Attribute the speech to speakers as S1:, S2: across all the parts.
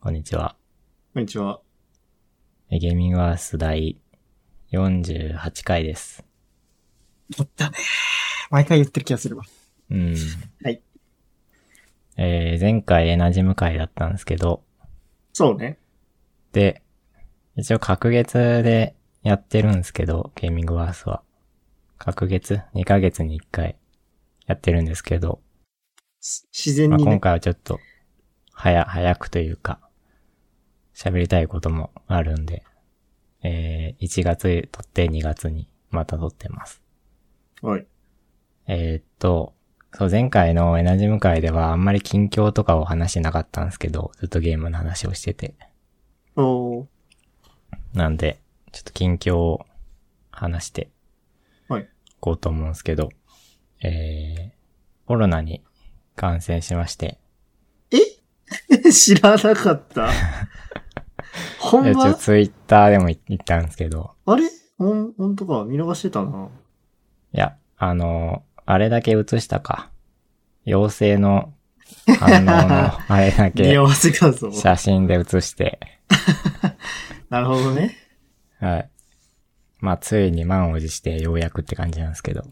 S1: こんにちは。
S2: こんにちは。
S1: えゲーミングアース第48回です。
S2: 言ったね。毎回言ってる気がするわ。
S1: うん。
S2: はい。
S1: えー前回エナジム会だったんですけど、
S2: そうね。
S1: で、一応隔月でやってるんですけど、ゲーミングアースは。隔月 ?2 ヶ月に1回やってるんですけど、
S2: し自然
S1: まあ、
S2: に
S1: 今
S2: ね。
S1: 回はちょっと、早、早くというか、喋りたいこともあるんで、えー、1月撮って2月にまた撮ってます。
S2: はい。
S1: えーっと、そう、前回のエナジム会ではあんまり近況とかを話してなかったんですけど、ずっとゲームの話をしてて。
S2: おー
S1: なんで、ちょっと近況を話して、
S2: はい。
S1: こうと思うんですけど、えー、コロナに感染しまして、
S2: え 知らなか った。ほん
S1: 一応
S2: ま
S1: ツイッターでも言ったんですけど、
S2: あれほん、ほんとか。見逃してたな。
S1: いや、あの、あれだけ映したか。陽性の反応 のあれだ
S2: 見
S1: け
S2: 合わせ画 像。
S1: 写真で映して、
S2: なるほどね。
S1: はい。まあ、ついに満を持してようやくって感じなんですけど。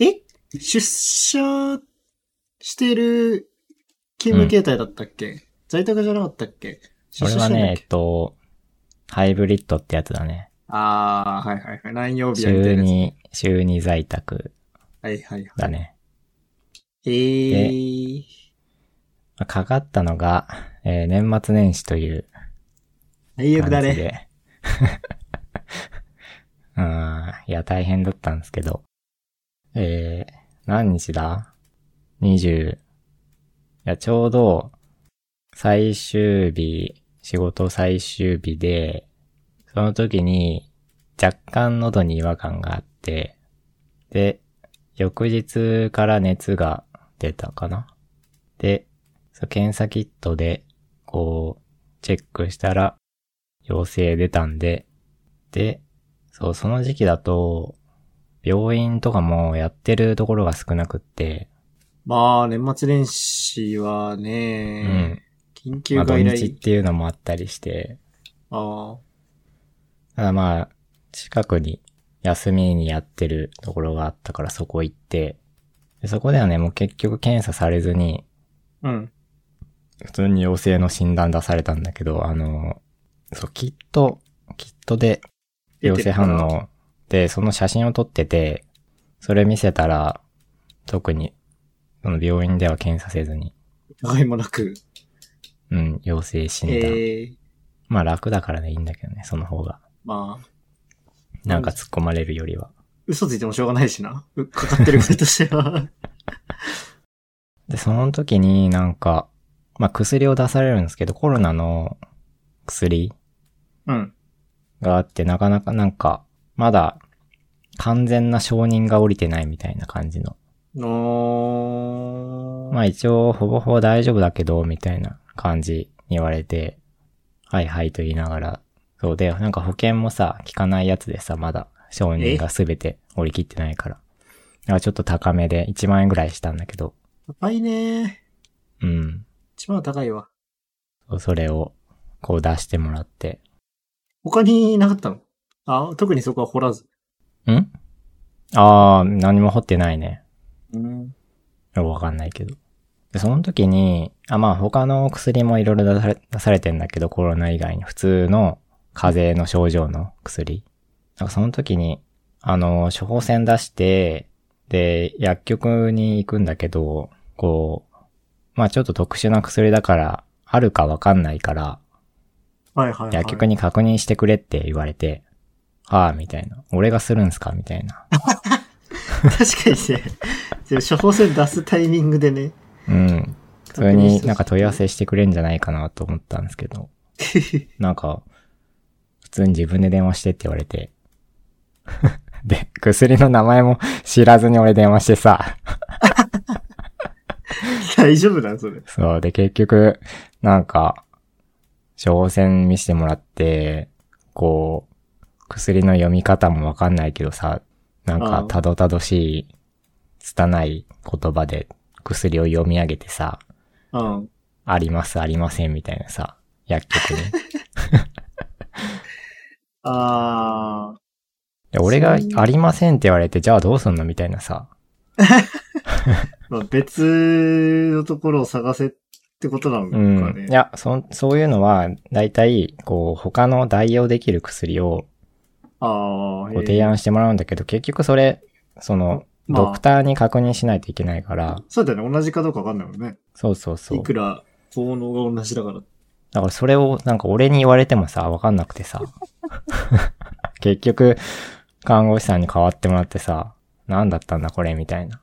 S2: え出社してる勤務形態だったっけ、在宅じゃなかったっけ出
S1: これ
S2: 社し
S1: は
S2: てんだ
S1: ね、え
S2: っ
S1: っ
S2: け
S1: と、ハイブリッドってやつだね。
S2: あー、はいはいはい。何曜日やみた
S1: 週
S2: いなや
S1: に、週に在宅
S2: つ。はいはいはい。
S1: だね。
S2: えー。
S1: まあかかったのが、えー年末年始という
S2: 最悪だ
S1: 感じ
S2: ね。
S1: で。 うん。いや、大変だったんですけど。えー、何日だ ?20。いや、ちょうど、最終日、仕事最終日で、その時に、若干喉に違和感があって、で、翌日から熱が出たかなで、そう検査キットで、こう、チェックしたら、陽性出たんで、で、そう、その時期だと、病院とかもやってるところが少なくって、
S2: まあ、年末年始は
S1: う
S2: ね
S1: ん、。
S2: 緊
S1: ま
S2: 急
S1: あ、土
S2: 外
S1: 日っ
S2: 来。
S1: ていうのもあったりして、
S2: あ
S1: ただまあ、近くに休みにやってるところがあったからそこ行って、でそこではね、もう結局検査されずに、
S2: あ。うん。
S1: 普通に陽性の診断出されたんだけど、あの、そう、キット、キットで陽性反応で、その写真を撮ってて、それ見せたら、特に、その病院では検査せずに、
S2: 疑いもなく。
S1: うん、陽性診断。
S2: ええ
S1: まあ楽だからね、いいんだけどね、その方が。
S2: まあ、
S1: なんか突っ込まれるよりは。
S2: 嘘ついてもしょうがないしな。うかかってる側として は。
S1: で、その時になんか、まあ薬を出されるんですけど、コロナの薬
S2: うん。
S1: があって、なかなかなんか、まだ完全な承認が降りてないみたいな感じの
S2: のー。
S1: まあ一応、ほぼほぼ大丈夫だけど、みたいな感じに言われて、はいはいと言いながら、そうで、なんか保険もさ、効かないやつでさ、まだ承認が全て折り切ってないから。だからちょっと高めで、1万円ぐらいしたんだけど、
S2: 高いね
S1: うん。
S2: 一番高いわ。
S1: そうそれを、こう出してもらって。
S2: 他になかったのあ特にそこは掘らず。
S1: んあー、何も掘ってないね。
S2: うん。
S1: よくわかんないけど。で、その時に、あ、まあ他の薬もいろいろ出され、出されてんだけど、コロナ以外に普通の風邪の症状の薬。なんかその時に、あの、処方箋出して、で、薬局に行くんだけど、こう、まあちょっと特殊な薬だから、あるかわかんないから、
S2: はいはい、はい。
S1: 薬局に確認してくれって言われて、ああ、みたいな。俺がするんすかみたいな。
S2: 確かにね。で処方箋出すタイミングでね。
S1: うん。普
S2: 確
S1: 通
S2: 認し
S1: に
S2: て
S1: なんか問い合わせしてくれんじゃないかなと思ったんですけど、なんか、普通に自分で電話してって言われて。 で、薬の名前も知らずに俺電話してさ。
S2: 大丈夫なのそれ。
S1: そう。で、結局、なんか、処方箋見せてもらって、こう、薬の読み方もわかんないけどさ、なん
S2: あ
S1: か
S2: あ、
S1: たどたどしい、拙い言葉で薬を読み上げてさ、
S2: うん。
S1: あります、ありませんみたいなさ、薬局に。
S2: ああ、
S1: で俺が
S2: そう
S1: ありませんって言われて、じゃあどうすんのみたいなさ。
S2: まあ、別のところを探せってことなのか
S1: う
S2: ね。
S1: ん。いや、そ、そういうのは、だいたい、こう、他の代用できる薬を
S2: ああ、
S1: ご提
S2: へえ
S1: 案してもらうんだけど、結局それ、その、
S2: まあ
S1: ドクターに確認しないといけないから、
S2: そうだよね。同じかどうかわかんないもんね。
S1: そうそうそう
S2: い。くら効能が同じだから。
S1: だからそれをなんか俺に言われてもさ、わかんなくて さ。結局、看護師さんに代わってもらってさ、なんだったんだこれみたいな。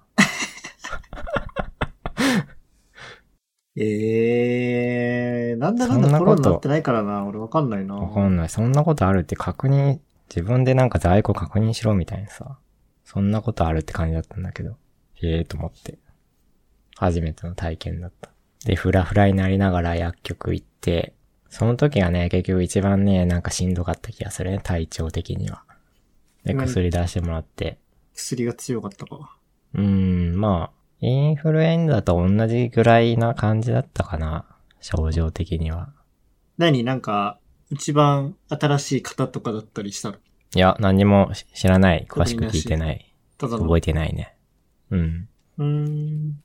S2: ええー、なんだかん
S1: そんな
S2: だ
S1: こ
S2: コ
S1: と
S2: ロナになってないからな。俺わかんないな。
S1: わかんない。そんなことあるって確認、自分でなんか在庫確認しろみたいなさ。そんなことあるって感じだったんだけど。ええー、と思って。初めての体験だった。で、フラフラになりながら薬局行って、その時がね、結局一番ね、なんかしんどかった気がするね、体調的には。で、
S2: 今
S1: 薬出してもらって。
S2: 薬が強かったか。
S1: うーん、まあ、インフルエンザと同じぐらいな感じだったかな。症状的には。
S2: 何なんか、一番新しい型とかだったりしたの
S1: いや、何もし知らない。詳しく聞いてない。
S2: ただの。
S1: 覚えてないね。うん。
S2: うーん。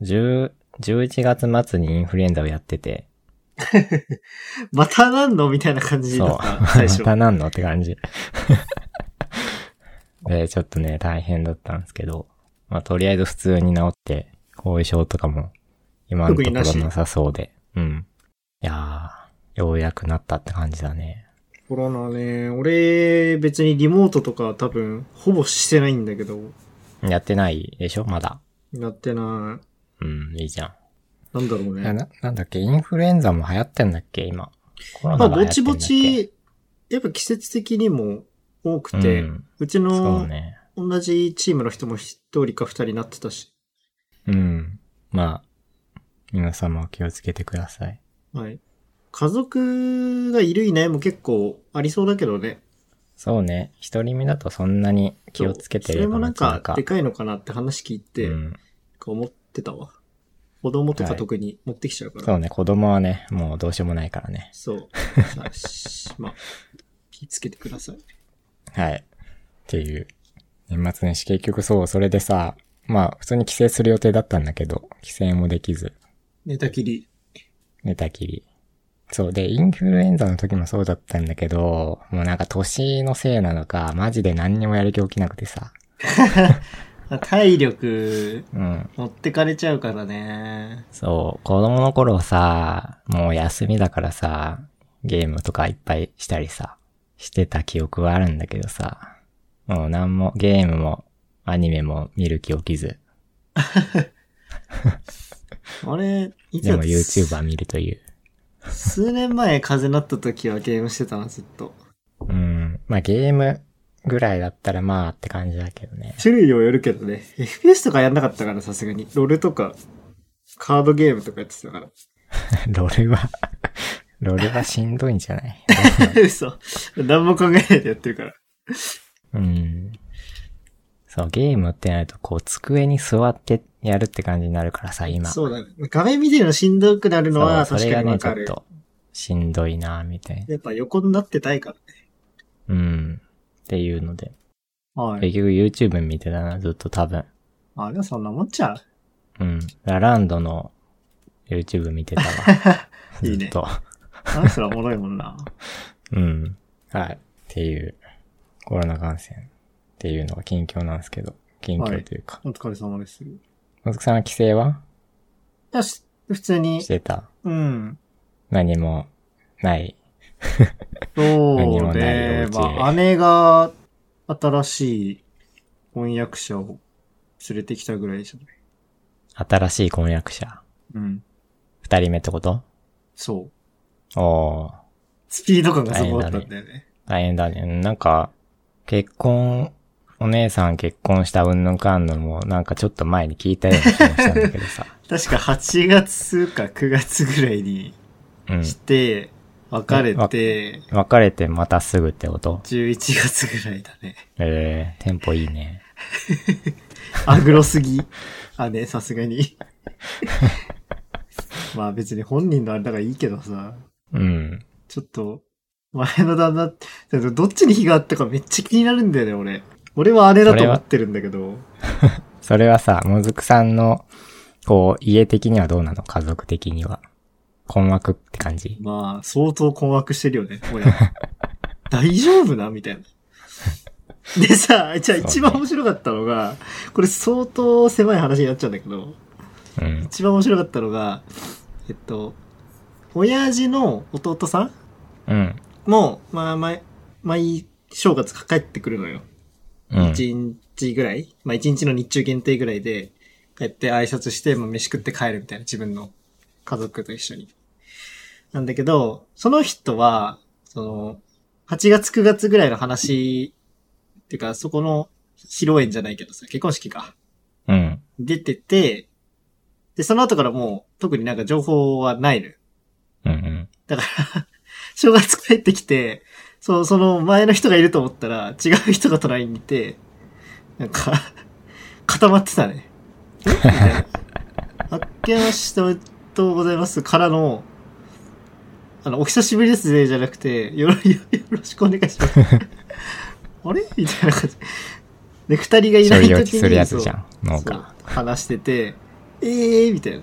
S1: 10 11月末にインフルエンザをやってて、
S2: またなんのみたいな感じ
S1: そ
S2: だ
S1: う。
S2: っ
S1: ま
S2: た、最初。
S1: たなんのって感じ。で、ちょっとね、大変だったんですけど、まあ、とりあえず普通に治って、後遺症とかも、今のところ
S2: 特になし
S1: なさそうで。うん。いやー、ようやくなったって感じだね。
S2: コロナね、俺、別にリモートとか多分、ほぼしてないんだけど、
S1: やってないでしょまだ。
S2: なってな
S1: うん、いいじゃ。
S2: い。なんだろうんね。
S1: な、なんだっけインフルエンザも流行ってんだっけ今。コロ
S2: ま
S1: ナ
S2: あ、
S1: が流行
S2: ぼ
S1: って
S2: ち
S1: んだ
S2: ぼ
S1: っけ。
S2: ち、やっぱ季節的にも多くて、
S1: う
S2: うんち
S1: そ
S2: の
S1: うね。
S2: 同じチームの人も一人か二人なってたし、
S1: うん。まあ、皆様お気をつけてください。
S2: はい。家族がいるいないも結構ありそうだけどね。
S1: そうね。一人目だとそんなに気をつけて
S2: そ
S1: れ
S2: れ
S1: ば
S2: もなん
S1: な
S2: か
S1: か、
S2: でかいのかなって話聞いて、
S1: うん。
S2: 思ってたわ。子供と
S1: は
S2: か
S1: い
S2: 特に持ってきちゃうから。
S1: そうね。子供はね、もうどうしようもないからね。
S2: そう。さあしまあ、気つけてください。
S1: はい。っていう。年末年始結局そう、それでさ、まあ、普通に帰省する予定だったんだけど、帰省もできず、
S2: 寝たきり。
S1: 寝たきり。そう。で、インフルエンザの時もそうだったんだけど、もうなんか年のせいなのか、マジで何にもやる気起きなくてさ。
S2: 体力、
S1: うん。
S2: 持ってかれちゃうからね。
S1: そう、子供の頃さ、もう休みだからさ、ゲームとかいっぱいしたりさ、してた記憶はあるんだけどさ、もうなんも、ゲームも、アニメも見る気起きず、
S2: あれ、いつ
S1: で
S2: だっ
S1: も
S2: た
S1: YouTuber 見るという。
S2: 数年前風邪なった時はゲームしてたな、ずっと。
S1: うん、まあゲームぐらいだったらまあって感じだけどね。
S2: 種類をやるけどね。FPS とかやんなかったから、さすがに。ロルとか、カードゲームとかやってたから。
S1: ロルは、 ロルはしんどいんじゃない
S2: 嘘。何も考えないでやってるから。
S1: うん。そう、ゲームってなるとこう机に座ってやるって感じになるからさ、今。
S2: そうだね。画面見てるのしんどくなるのは
S1: そうそ
S2: 確
S1: れが
S2: かに
S1: ね、
S2: わ
S1: ちょ
S2: か
S1: っ
S2: る。
S1: と、しんどいなぁみたいな。
S2: やっぱ横になってたいからね。
S1: うん。っていうので。
S2: はい。
S1: 結局 YouTube 見てたな、ずっと多分。
S2: あ、でもそんなもんちゃう。
S1: うん。ラランドの YouTube 見てたわ。
S2: いいね
S1: ずっと。
S2: あの人らおもろいもんな。
S1: うん。はい。っていう、コロナ感染っていうのが近況なんですけど。近況というか。
S2: お疲れ様です。い
S1: のずくさんは帰省は
S2: や、し普通に
S1: し、てた
S2: うん。
S1: 何もない。何
S2: そ
S1: も
S2: う
S1: ないお
S2: ね
S1: 家。
S2: まあ、姉が新しい翻訳者を連れてきたぐらいじゃない。
S1: 新しい婚約者。
S2: うん。
S1: 二人目ってこと
S2: そう。
S1: おー。
S2: スピード感がすごかったんだよね。
S1: 大変だね。なんか、結婚、お姉さん結婚したうんぬんかんぬんも、なんかちょっと前に聞いたような気もしたんだけど さ。
S2: 確か8月か9月ぐらいに
S1: うん。
S2: して、別れて、
S1: 別れてまたすぐってこと
S2: 11月ぐらいだね。
S1: ええー、テンポいいね。
S2: アグロすぎ。あ、ね、さすがに。まあ別に本人のあれだからいいけどさ、
S1: うん。
S2: ちょっと、前の旦那って、どっちに火があったかめっちゃ気になるんだよね、俺。俺はあれだと思ってるんだけど。
S1: それはさ、もずくさんの、こう、家的にはどうなの家族的には。困惑って感じ
S2: まあ、相当困惑してるよね、 親。大丈夫なみたいな。でさ、じ
S1: そう
S2: ゃあ
S1: ね
S2: 一番面白かったのが、これ相当狭い話になっちゃうんだけど、
S1: うん。
S2: 一番面白かったのが、えっと、親父の弟さん
S1: うん。
S2: も、まあ、毎、毎正月帰ってくるのよ。
S1: うん。
S2: 一日ぐらい、まあ一日の日中限定ぐらいで、帰って挨拶して、まあ飯食って帰るみたいな、自分の家族と一緒に。なんだけど、その人は、その、8月9月ぐらいの話、っていうか、そこの披露宴じゃないけどさ、結婚式か。
S1: うん。
S2: 出てて、で、その後からもう、特になんか情報はないのよ。
S1: うん。うん。
S2: だから、正月帰ってきて、そう、その前の人がいると思ったら、違う人が隣にいて、なんか、固まってたね。えみたいな。あけましておめでとうございますからの、あの、お久しぶりですね、じゃなくて、よろ、よよろしくお願い します。あれみたいな感じ。で、二人がい
S1: 処
S2: ない
S1: 理置
S2: 時
S1: き
S2: に
S1: するやつじゃん。
S2: そう
S1: 脳が。
S2: そう話してて、ええー、みたいな。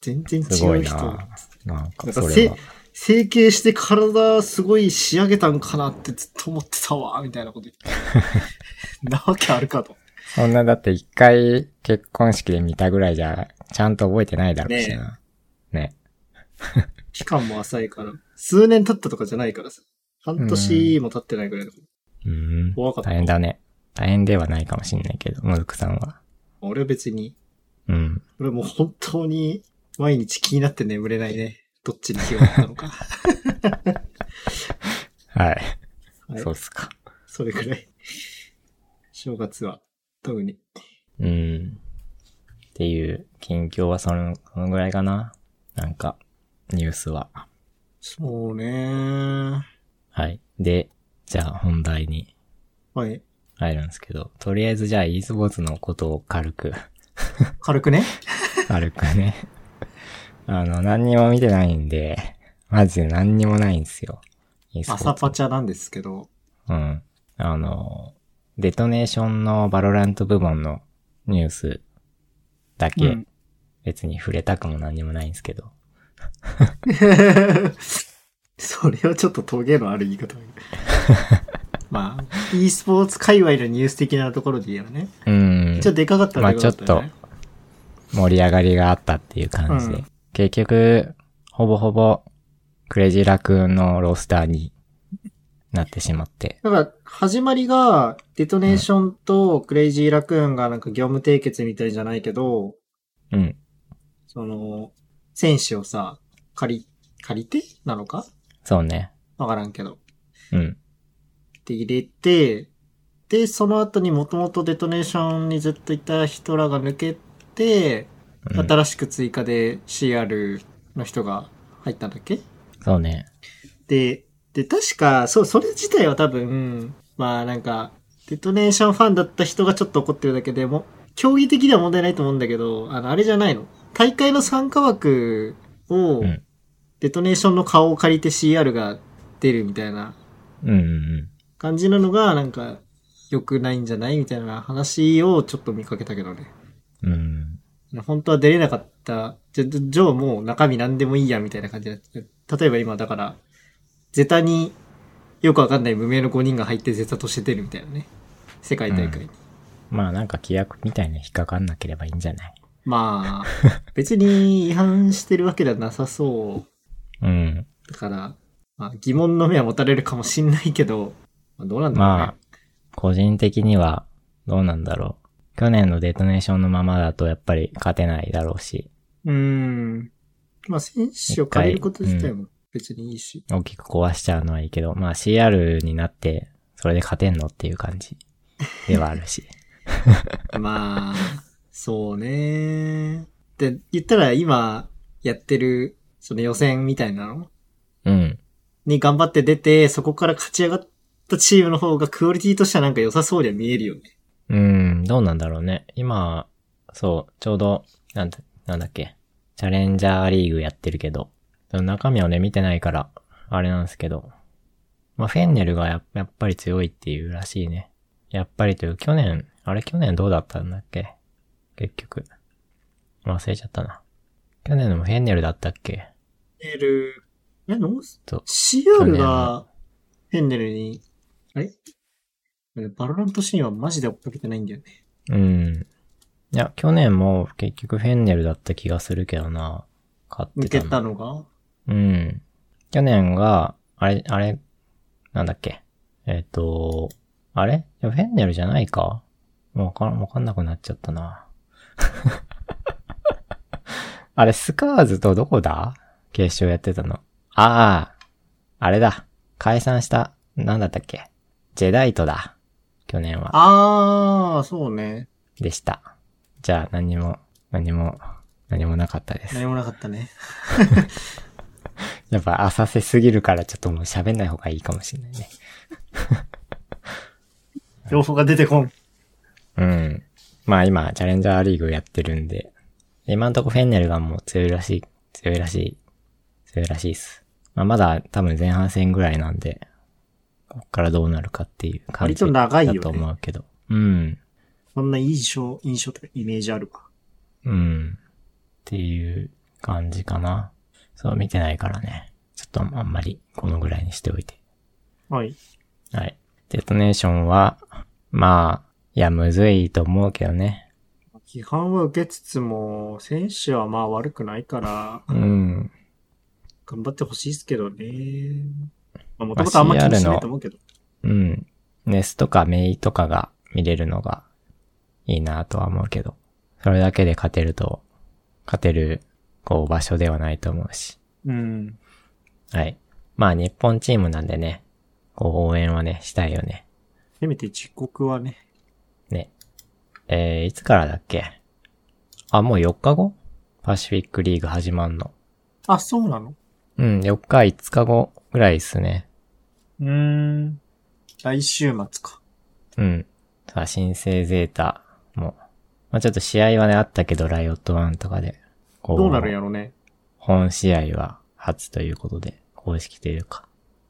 S2: 全然違
S1: すご
S2: う
S1: い
S2: 人。
S1: ななんか、
S2: なん
S1: そ
S2: か
S1: れは。
S2: 整形して体すごい仕上げたんかなってずっと思ってたわ、みたいなこと言って。 なわけあるかと。
S1: そんなだって一回結婚式で見たぐらいじゃ、ちゃんと覚えてないだろうしな。ね。
S2: 期間も浅いから。数年経ったとかじゃないからさ。半年も経ってないぐらいだから。
S1: うん。
S2: 怖かった
S1: 大変だね。大変ではないかもしんないけど、もずくさんは。
S2: 俺は別に、
S1: うん。
S2: 俺もう本当に毎日気になって眠れないね。どっちに気があったのか。
S1: はい。
S2: はい
S1: そうっすか。
S2: それぐらい。正月は、特に。
S1: うん。っていう、近況はその、そのぐらいかな。なんか、ニュースは。
S2: そうね
S1: はい。で、じゃあ本題に
S2: はい。
S1: 入るんですけど、とりあえずじゃあ e スポーツのことを軽く、
S2: 軽 くね。
S1: 軽くね。 あの、何にも見てないんで、マジで何にもないんですよ。e スポ
S2: 朝
S1: ーツ。
S2: パチャなんですけど。
S1: うん。あの、デトネーションのバロラント部門のニュースだけ、
S2: うん
S1: 別に触れたくも何にもないんですけど。
S2: それはちょっと峠のある言い方。 まあ、e スポーツ界隈のニュース的なところで言えばね。
S1: うん
S2: ち。ょっとでかかったらでかかったよね。
S1: 盛り上がりがあったっていう感じで。
S2: うん
S1: 結局、ほぼほぼ、クレジラ君のロースターになってしまって。
S2: だから、始まりが、デトネーションとクレイジーラクーンがなんか業務締結みたいじゃないけど、
S1: うん。
S2: その、選手をさ、借り、借りてなのか
S1: そうね。
S2: わからんけど。
S1: うん。
S2: って入れて、で、その後にもともとデトネーションにずっといた人らが抜けて、
S1: うん、
S2: 新しく追加で CR の人が入ったんだっけ
S1: そうね。
S2: で、で、確か、そう、それ自体は多分、まあなんか、デトネーションファンだった人がちょっと怒ってるだけでも、競技的では問題ないと思うんだけど、あの、あれじゃないの。大会の参加枠を
S1: うん、
S2: デトネーションの顔を借りて CR が出るみたいな
S1: うんうん
S2: 感じなのが、なんか、良くないんじゃないみたいな話をちょっと見かけたけどね。
S1: うん。うん。
S2: 本当は出れなかった。じゃ、じゃジョーもう中身何でもいいや、みたいな感じで。例えば今、だから、ゼタによくわかんない無名の5人が入ってゼタとして出るみたいなね。世界大会に。
S1: まあなんか規約みたいなの引っかかんなければいいんじゃない
S2: まあ、別に違反してるわけではなさそ
S1: うん。
S2: う。だから、まあ、疑問の目は持たれるかもしんないけど、まあ、どうなんだろうね。
S1: まあ、個人的にはどうなんだろう。去年のデトネーションのままだとやっぱり勝てないだろうし、
S2: うーん。まあ、選手を借りること自体も別にいいし。
S1: 大きく壊しちゃうのはいいけど、まあ CR になって、それで勝てんのっていう感じではある し。
S2: まあ、そうね。で、言ったら今やってる、その予選みたいなの
S1: うん。
S2: に頑張って出て、そこから勝ち上がったチームの方がクオリティとしてはなんか良さそうには見えるよね。
S1: うん、どうなんだろうね。今、そう、ちょうど、なんだ、なんだっけ。チャレンジャーリーグやってるけど、その中身をね、見てないから、あれなんですけど、まあ、フェンネルがややっぱり強いっていうらしいね。やっぱりという、去年、あれ去年どうだったんだっけ結局。忘れちゃったな。去年のもフェンネルだったっけ
S2: ネル、え、ノース
S1: そう
S2: シアルが、フェンネルに、あれバロラントシーンはマジで追っかけてないんだよね。
S1: うん。いや、去年も結局フェンネルだった気がするけどな。買って
S2: 抜
S1: た
S2: け
S1: の。
S2: たのが
S1: うん。去年が、あれ、あれ、なんだっけ。えっ、と、あれいやフェンネルじゃないかもうわかん、わかんなくなっちゃったな。 あれ、スカーズとどこだ決勝やってたの。ああ、あれだ。解散した、なんだったっけ。ジェダイトだ。去年は。
S2: あー、そうね。
S1: でした。じゃあ、何も、何も、何もなかったです。
S2: 何もなかったね。
S1: やっぱ浅瀬すぎるからちょっともう喋んない方がいいかもしれないね。
S2: 情報が出てこん。
S1: うん。まあ今、チャレンジャーリーグやってるんで、今んとこフェンネルがもう強いらしい、強いらしい、強いらしいっす。まあまだ多分前半戦ぐらいなんで、こっからどうなるかっていう感
S2: 割
S1: じ
S2: と
S1: だ
S2: 長いよ
S1: と
S2: ね。
S1: 思うけど。うん。
S2: そんな印象、印象とかイメージあるわ。
S1: うん。っていう感じかな。そう、見てないからね。ちょっとあんまりこのぐらいにしておいて。
S2: はい。
S1: はい。デトネーションは、まあ、いや、むずいと思うけどね。
S2: 批判は受けつつも、選手はまあ悪くないから、
S1: うん。
S2: 頑張ってほしいですけどね。まあ、も
S1: まあ
S2: ともとあんま気にしないと思うけど。
S1: うん。ネスとかメイとかが見れるのがいいなとは思うけど。それだけで勝てると、勝てる、こう、場所ではないと思うし。
S2: うん。
S1: はい。まあ、日本チームなんでね、こう、応援はね、したいよね。
S2: せめて自国はね。
S1: ね。えー、いつからだっけあ、もう4日後パシフィックリーグ始まんの。
S2: あ、そうなの
S1: うん、4日、5日後ぐらいですね。
S2: うーん。来週末か。
S1: うん。さあ、新生ゼータも。まあ、ちょっと試合はね、あったけど、ライオットワンとかで。こ
S2: どうなるんやろね。
S1: 本試合は初ということで、公式というか。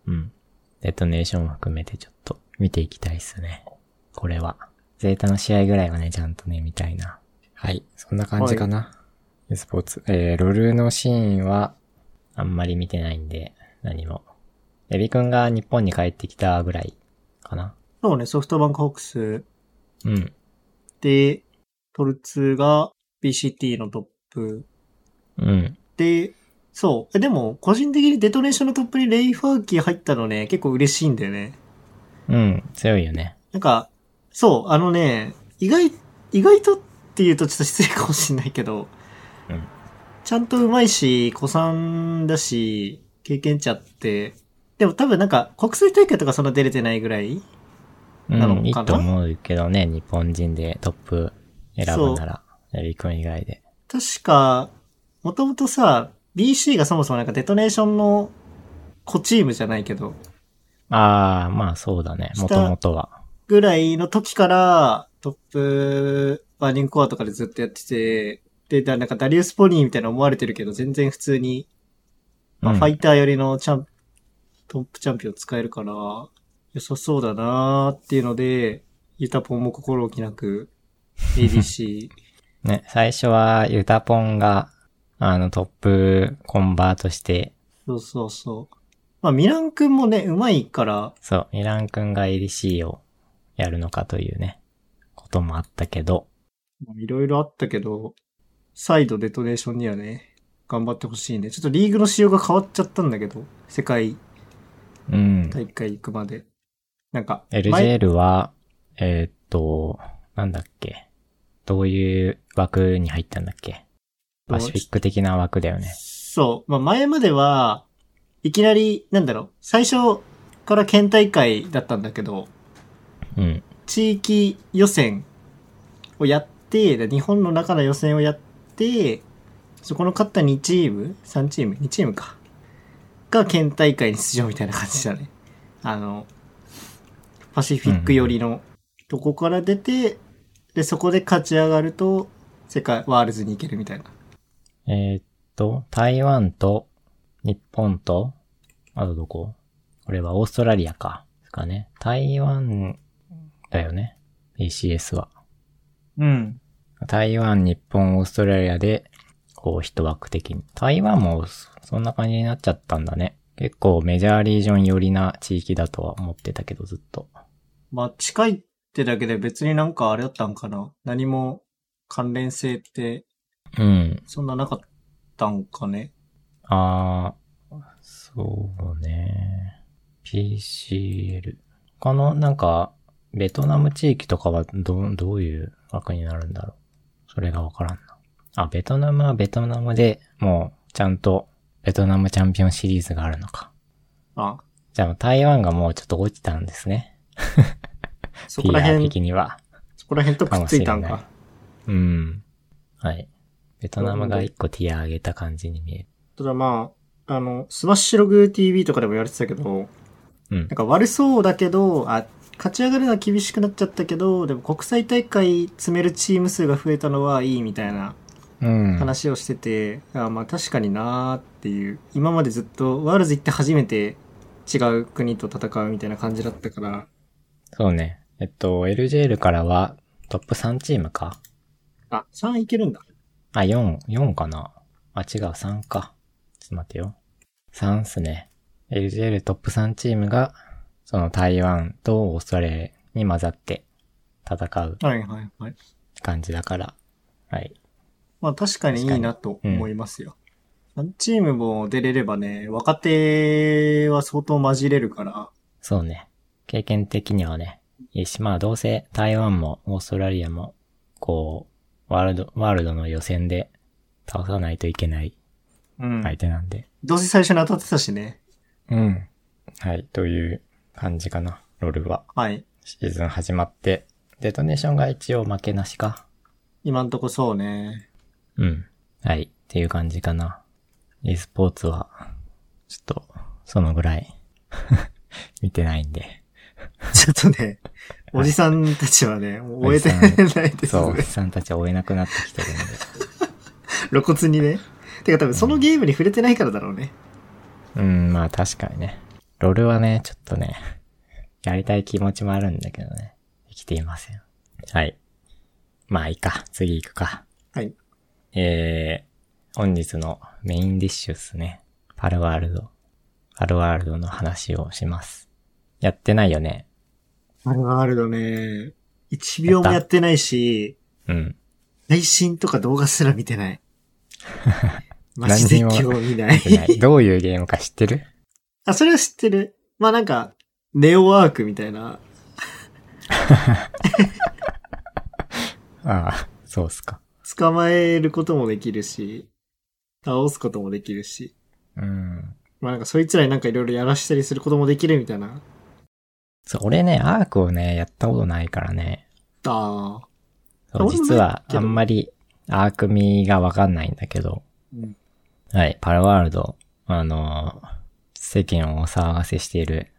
S1: うん。デトネーションも含めてちょっと見ていきたいっすね。これは。ゼータの試合ぐらいはね、ちゃんとね、見たいな。はい。そんな感じかな。スポーツ。えー、ロルのシーンは、あんまり見てないんで、何も。エビ君が日本に帰ってきたぐらいかな。
S2: そうね、ソフトバンクホークス
S1: うん。
S2: で、トルツが BCT のトップ
S1: うん。
S2: で、そう。えでも、個人的にデトネーションのトップにレイ・ファーキー入ったのね、結構嬉しいんだよね。
S1: うん。強いよね。
S2: なんか、そう、あのね、意外、意外とっていうとちょっと失礼かもしんないけど、
S1: うん
S2: ちゃんと上手いし、子さんだし、経験値あって、でも多分なんか国際大会とかそんな出れてないぐらいなのか
S1: う、
S2: なん
S1: いいと思うけどね、日本人でトップ選ぶなら、エビ君以外で。
S2: 確か、もともとさ、BC がそもそもなんかデトネーションの子チームじゃないけど、
S1: ああ、まあそうだね。
S2: 下
S1: もともとは。
S2: ぐらいの時から、トップバーニングコアとかでずっとやってて、で、だなんかダリウスポニーみたいな思われてるけど、全然普通に、まあ、
S1: うん
S2: ファイターよりのチャン、トップチャンピオン使えるから、良さそうだなーっていうので、ユタポンも心置きなく、ADC。
S1: ね、最初はユタポンが、あの、トップコンバートして、
S2: そうそうそう。まあ、ミラン君もね、うまいから、
S1: そう、ミラン君が ADC をやるのかというね、こともあったけど、
S2: まあいろいろあったけど、再度デトネーションにはね、頑張ってほしいね。ちょっとリーグの仕様が変わっちゃったんだけど、世界
S1: うん。
S2: 大会行くまで。なんか、前
S1: LJL は、えーっと、なんだっけ。どういう枠に入ったんだっけ。パシフィック的な枠だよね。
S2: そう。まあ、前までは、いきなり、なんだろう、最初から県大会だったんだけど、
S1: うん。
S2: 地域予選をやって、で日本の中の予選をやって、そこの勝った2チーム ?3 チーム ?2 チームか。が県大会に出場みたいな感じだね。あの、パシフィック寄りのとこから出て、で、そこで勝ち上がると、世界、ワールズに行けるみたいな。
S1: えーっと、台湾と、日本と、あとどここれはオーストラリアか。ですかね。台湾だよね。ECS は。
S2: うん。
S1: 台湾、日本、オーストラリアで、こう一枠的に。台湾もそそんな感じになっちゃったんだね。結構メジャーリージョン寄りな地域だとは思ってたけど、ずっと。
S2: まあ、近いってだけで別になんかあれだったんかな。何も関連性って
S1: うん。
S2: そんななかったんかね。
S1: あー、そうね。PCL。他の、なんか、ベトナム地域とかはど、どういう枠になるんだろう。それがわからんな。あ、ベトナムはベトナムでもう、ちゃんと、ベトナムチャンピオンシリーズがあるのか。
S2: あ、
S1: じゃあもう台湾がもうちょっと落ちたんですね。
S2: そこら
S1: PR
S2: 辺、
S1: 的には。
S2: そこら辺とくっついたん
S1: かも
S2: か。
S1: うん。はい。ベトナムが一個ティア上げた感じに見え
S2: ただまあ、あの、スマッシュログ TV とかでも言われてたけど、
S1: る。うん
S2: なん。か悪そうだけど、あ、勝ち上がるのは厳しくなっちゃったけど、でも国際大会詰めるチーム数が増えたのはいいみたいな
S1: うん。
S2: 話をしてて、あまあ確かになーっていう、今までずっとワールズ行って初めて違う国と戦うみたいな感じだったから、
S1: そうね。えっと、LJL からはトップ3チームか。
S2: あ、3いけるんだ。
S1: あ、4、4かな。あ、違う、3か。ちょっと待ってよ。3っすね。LJL トップ3チームが、その台湾とオーストラリアに混ざって戦う
S2: はいはいはい。
S1: 感じだから。はい。
S2: まあ確かにいいなと思いますよ。3チームも出れればね、若手は相当混じれるから、
S1: そうね。経験的にはね、いいし、まあどうせ台湾もオーストラリアも、こう、ワールド、ワールドの予選で倒さないといけない
S2: うん。
S1: 相手なんで。
S2: どうせ最初に当たってたしね。
S1: うん。はい、という感じかな、ロルは。
S2: はい。
S1: シーズン始まって、デトネーションが一応負けなしか。
S2: 今んとこそうね。
S1: うん。はい、っていう感じかな。e スポーツは、ちょっと、そのぐらい、 見てないんで。
S2: ちょっとね、おじさんたちはね、もう終えて
S1: お
S2: ないです
S1: そう、おじ
S2: ね。
S1: さんたち追えなくなってきてるんで。
S2: 露骨にね。てか多分そのゲームに触れてないからだろうね。
S1: うん、まあ確かにね。ロールはね、ちょっとね、やりたい気持ちもあるんだけどね。できていません。はい。まあいいか。次行くか。
S2: はい。
S1: えー、本日のメインディッシュっすね。パルワールド。パルワールドの話をします。やってないよね。
S2: あれはあるのね。1秒もやってないし、
S1: うん。
S2: 配信とか動画すら見て ない。マジで
S1: 何
S2: 今
S1: にも
S2: 日見ない。
S1: 見てない どういうゲームか知ってる
S2: あ、それは知ってる。まあなんか、ネオワークみたいな。
S1: ああ、そうっすか。
S2: 捕まえることもできるし、倒すこともできるし。
S1: うん。
S2: まあなんかそいつらになんかいろいろやらしたりすることもできるみたいな。
S1: そう、俺ね、アークをね、やったことないからね。
S2: ああ。
S1: そう
S2: 俺も
S1: 実は
S2: ないけ
S1: あ
S2: ど
S1: んまりアークミがわかんないんだけど、
S2: うん
S1: はい、パラワールド、あのー世間をお騒がせしている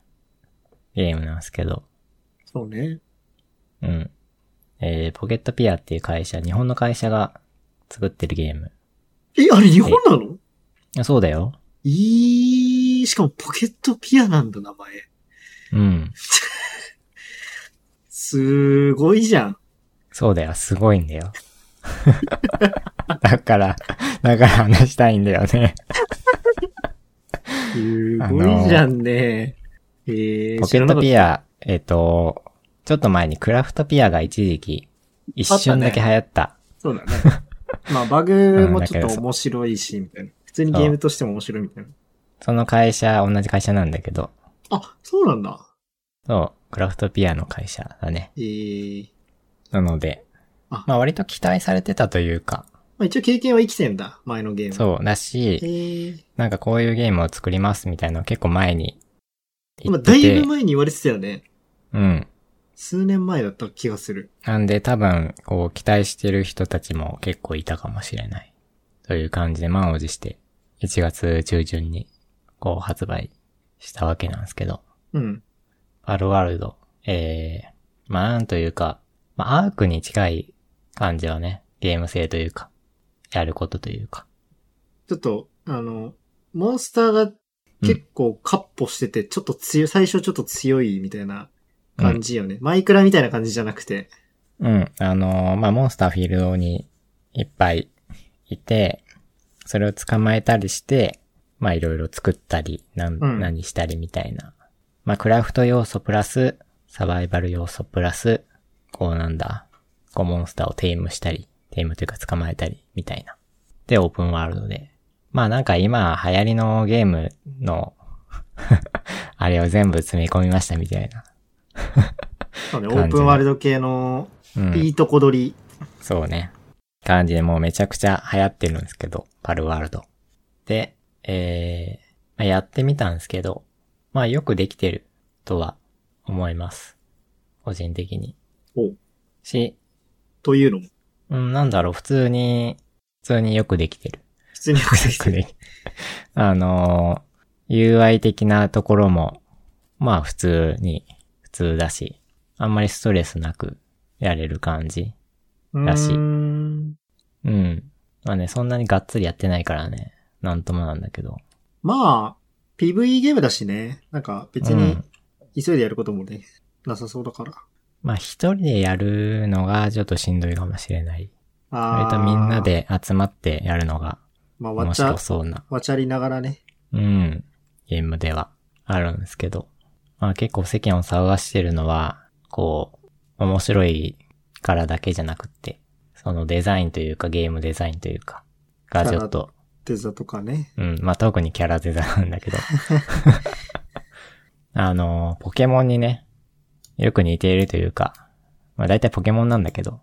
S1: ゲームなんですけど、
S2: そうね。
S1: うん。えー、ポケットピアっていう会社、日本の会社が作ってるゲーム。
S2: え、あれ日本なの
S1: あそうだよ。
S2: いい、しかもポケットピアなんだ、名前。
S1: うん。
S2: すごいじゃん。
S1: そうだよ。すごいんだよ。 だから、だから話したいんだよね。
S2: すごいじゃんね。えー、
S1: ポケットピア、えっ、と、ちょっと前にクラフトピアが一時期、一瞬だけ流行った。
S2: そうだね。まあ、バグもちょっと面白いし、みたいな。普通にゲームとしても面白いみたいな。
S1: その会社、同じ会社なんだけど、
S2: あ、そうなんだ。
S1: そう、クラフトピアの会社だね。
S2: えー、
S1: なので、
S2: あ
S1: まあ割と期待されてたというか、
S2: まあ一応経験は生きてんだ、前のゲーム。う。
S1: そう、だ
S2: え
S1: し、
S2: ー、
S1: なんかこういうゲームを作りますみたいなの結構前に言
S2: まあ、
S1: って
S2: だい
S1: て
S2: ぶ、前に言われてたよね。
S1: うん。
S2: 数年前だった気がする。
S1: なんで多分、こう期待してる人たちも結構いたかもしれない。という感じで満を持して、1月中旬に、こう発売したわけなんですけど、
S2: うん。
S1: パルワールド、えー、まあなんというか、まあアークに近い感じはね、ゲーム性というか、やることというか、
S2: ちょっと、あの、モンスターが結構カッポしてて、ちょっと強い、最初ちょっと強いみたいな感じよね。マイクラみたいな感じじゃなくて。
S1: うん。あのーまあ、モンスターフィールドにいっぱいいて、それを捕まえたりして、まあ、いろいろ作ったり、なん
S2: うん
S1: 何したりみたいな。まあ、クラフト要素プラス、サバイバル要素プラス、こうなんだ、こうモンスターをテイムしたり、テイムというか捕まえたり、みたいな。で、オープンワールドで。まあなんか今流行りのゲームの、 あれを全部詰め込みましたみたいな。
S2: そうね、オ
S1: 感じの
S2: ープンワールド系の
S1: うん、
S2: いいとこ取り。
S1: そうね。感じでもうめちゃくちゃ流行ってるんですけど、パルワールド。で、えーまあ、やってみたんですけど、まあよくできてるとは思います。個人的に。
S2: お
S1: し、
S2: というのも、
S1: うん、なんだろう、普通に、普通によくできてる。
S2: 普通によくできてる。
S1: で あのー UI 的なところも、まあ普通に、普通だし、あんまりストレスなくやれる感じ。らしい
S2: い。ま
S1: うん。まあね、そんなにがっつりやってないからね、なんともなんだけど。
S2: あ、PVE ゲームだしね。なんか別
S1: う
S2: に
S1: ん
S2: 急いでやることもね、なさそうだから。
S1: まあ一人でやるのがちょっとしんどいかもしれない。割
S2: あー
S1: とみんな。で集まってやるのが
S2: まあ、わ
S1: 面
S2: ちゃ
S1: 白、そうな、
S2: わちゃりながらね。
S1: うん、ゲームではあるんですけど。まあ結構世間を騒がしてるのは、こう、面白いからだけじゃなくって、そのデザインというかゲームデザインというか、がちょっと
S2: デザとかね。
S1: うん。まあ、特にキャラデザなんだけど。 あの、ポケモンにね、よく似ているというか、まあ、大体ポケモンなんだけど、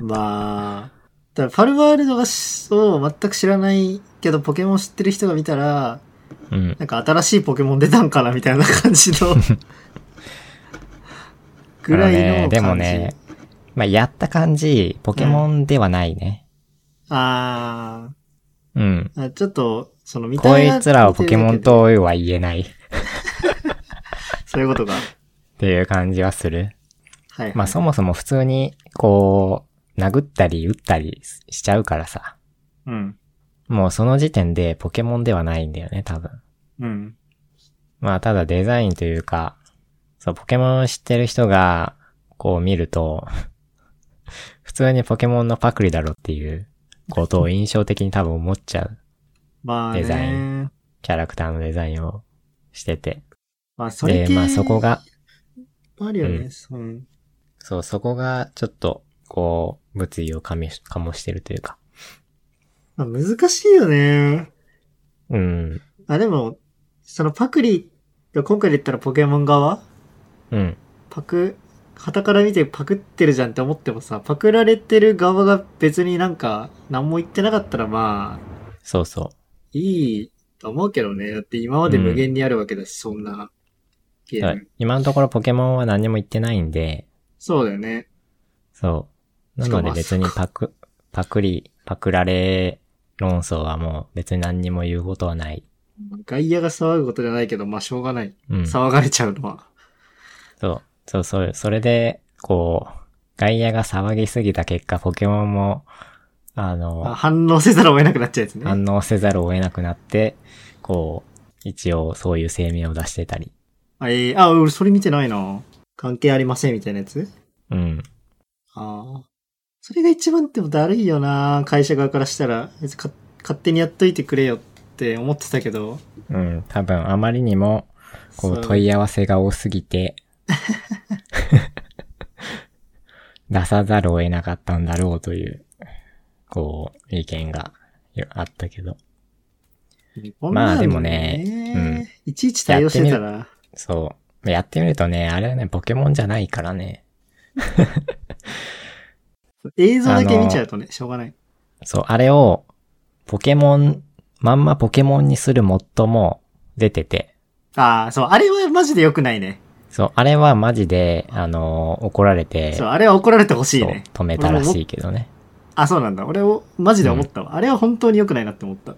S2: まあ、だファルワールドがしを全く知らないけど、ポケモン知ってる人が見たら、
S1: うん。
S2: なんか新しいポケモン出たんかなみたいな感じ の。ぐらいの
S1: あ
S2: 感じ。
S1: でもね、まあ、やった感じ、ポケモンではないね。
S2: あ
S1: うん。
S2: ーあ、ちょっと、その見た
S1: こ
S2: 目
S1: い
S2: が
S1: つらはポケモンとは言えないっ
S2: そういうことが。
S1: ていう感じはする。
S2: はい、はい。
S1: まあ、そもそも普通に、こう、殴ったり打ったりしちゃうからさ、
S2: うん。
S1: もうその時点でポケモンではないんだよね、多分。
S2: うん。
S1: まあ、ただデザインというか、そう、ポケモンを知ってる人が、こう見ると、 普通にポケモンのパクリだろっていうことを印象的に多分思っちゃう。
S2: まあね。
S1: デザイキャラクターのデザインをしてて。
S2: まあ、それ
S1: で、
S2: 系
S1: まあそこが、
S2: あるよね。
S1: う
S2: うん。
S1: そう、そこがちょっと、こう、物議をかみし醸してるというか。
S2: まあ、難しいよね。
S1: うん。
S2: あ、でも、そのパクリ、今回で言ったらポケモン側
S1: うん。
S2: パク、傍から見てパクってるじゃんって思ってもさ、パクられてる側が別になんか何も言ってなかったらまあ、
S1: そうそ
S2: いいと思うけどね。だって今まで無限にあるわけだし、そんな
S1: う。
S2: ゲーム。
S1: はい今のところポケモンは何も言ってないんで、
S2: そうだよね。
S1: そう。な
S2: しか
S1: の
S2: も
S1: で別にパク、パクリ、パクられ論争はもう別に何にも言うことはない。
S2: 外野が騒ぐことじゃないけど、まあしょうがない。
S1: うん。そう。
S2: 騒がれちゃうのは。
S1: そうそう。それで、こう、外野が騒ぎすぎた結果、ポケモンも、あ
S2: まあ
S1: の、
S2: 反応せざるを得なくなっちゃうやつね。
S1: 反応せざるを得なくなって、こう、一応そういう声明を出してたり。
S2: あ、えーあ、俺それ見てないな。関係ありませんみたいなやつ
S1: うん。
S2: ああ。それが一番でもだるいよな会社側からしたら。別にか勝手にやっといてくれよって思ってたけど。
S1: うん。多分あまりにも、こ
S2: そう
S1: う問い合わせが多すぎて、 出さざるを得なかったんだろうという、こう、意見がよあったけど。まあでもね
S2: こんなのいちいち対応してたら、
S1: そう。やってみるとね、あれはね、ポケモンじゃないからね。
S2: 映像だけ見ちゃうとね、しょうがない。
S1: そう、あれを、ポケモン、まんまポケモンにするモッドも出てて、
S2: ああ、そう、あれはマジで良くないね。
S1: そう、あれはマジで、あの怒られて、
S2: そう、あれは怒られてほしい
S1: そう
S2: ね。
S1: 止めたらしいけどね。
S2: あ、そうなんだ。俺を、マジで思ったわ。あれは本当に良くないなって思った。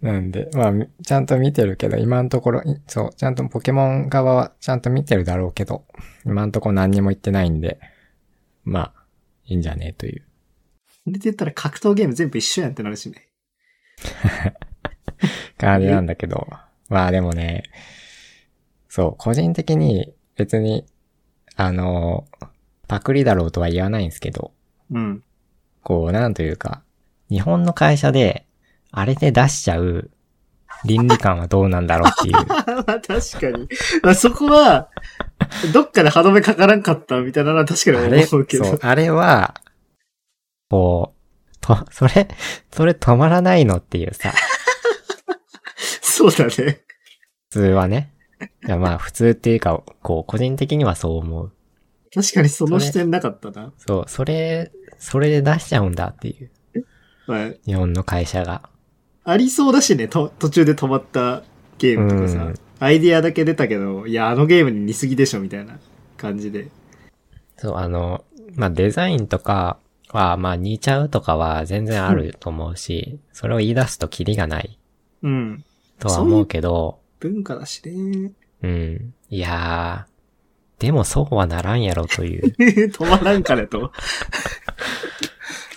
S1: なんで、まあ、みちゃんと見てるけど、今のところ、いそう、ちゃんとポケモン側はちゃんと見てるだろうけど、今のところ何にも言ってないんで、まあ、いいんじゃねえという
S2: れて言ったら格闘ゲーム全部一緒やんってなるしね。
S1: 感じなんだけど。まあでもね、そう、個人的に別に、あの、パクリだろうとは言わないんですけど、
S2: うん。
S1: こう、なんというか、日本の会社で、あれで出しちゃう倫理観はどうなんだろうっていう。
S2: まあ確かに。まあそこは、どっかで歯止めかからんかったみたいなのは確かに
S1: あれ、そ
S2: 思うけど。
S1: う、あれは、こう、と、それ、それ止まらないのっていうさ、
S2: そうだね。
S1: 普通はね。いやまあ普通っていうか、こう、個人的にはそう思う。
S2: 確かにその視点なかったな。
S1: そう、それ、それで出しちゃうんだっていう。
S2: まあ、
S1: 日本の会社が。
S2: ありそうだしね、と途中で止まったゲームとかさ、
S1: うん
S2: アイディアだけ出たけど、いや、あのゲームに似すぎでしょ、みたいな感じで。
S1: そう、あの、まあ、デザインとかは、まあ、似ちゃうとかは全然あると思うし、それを言い出すとキリがない
S2: うん。
S1: とは思うけど、
S2: 文化だしね。。
S1: うん。いやー、でもそうはならんやろという
S2: 止まらんからと。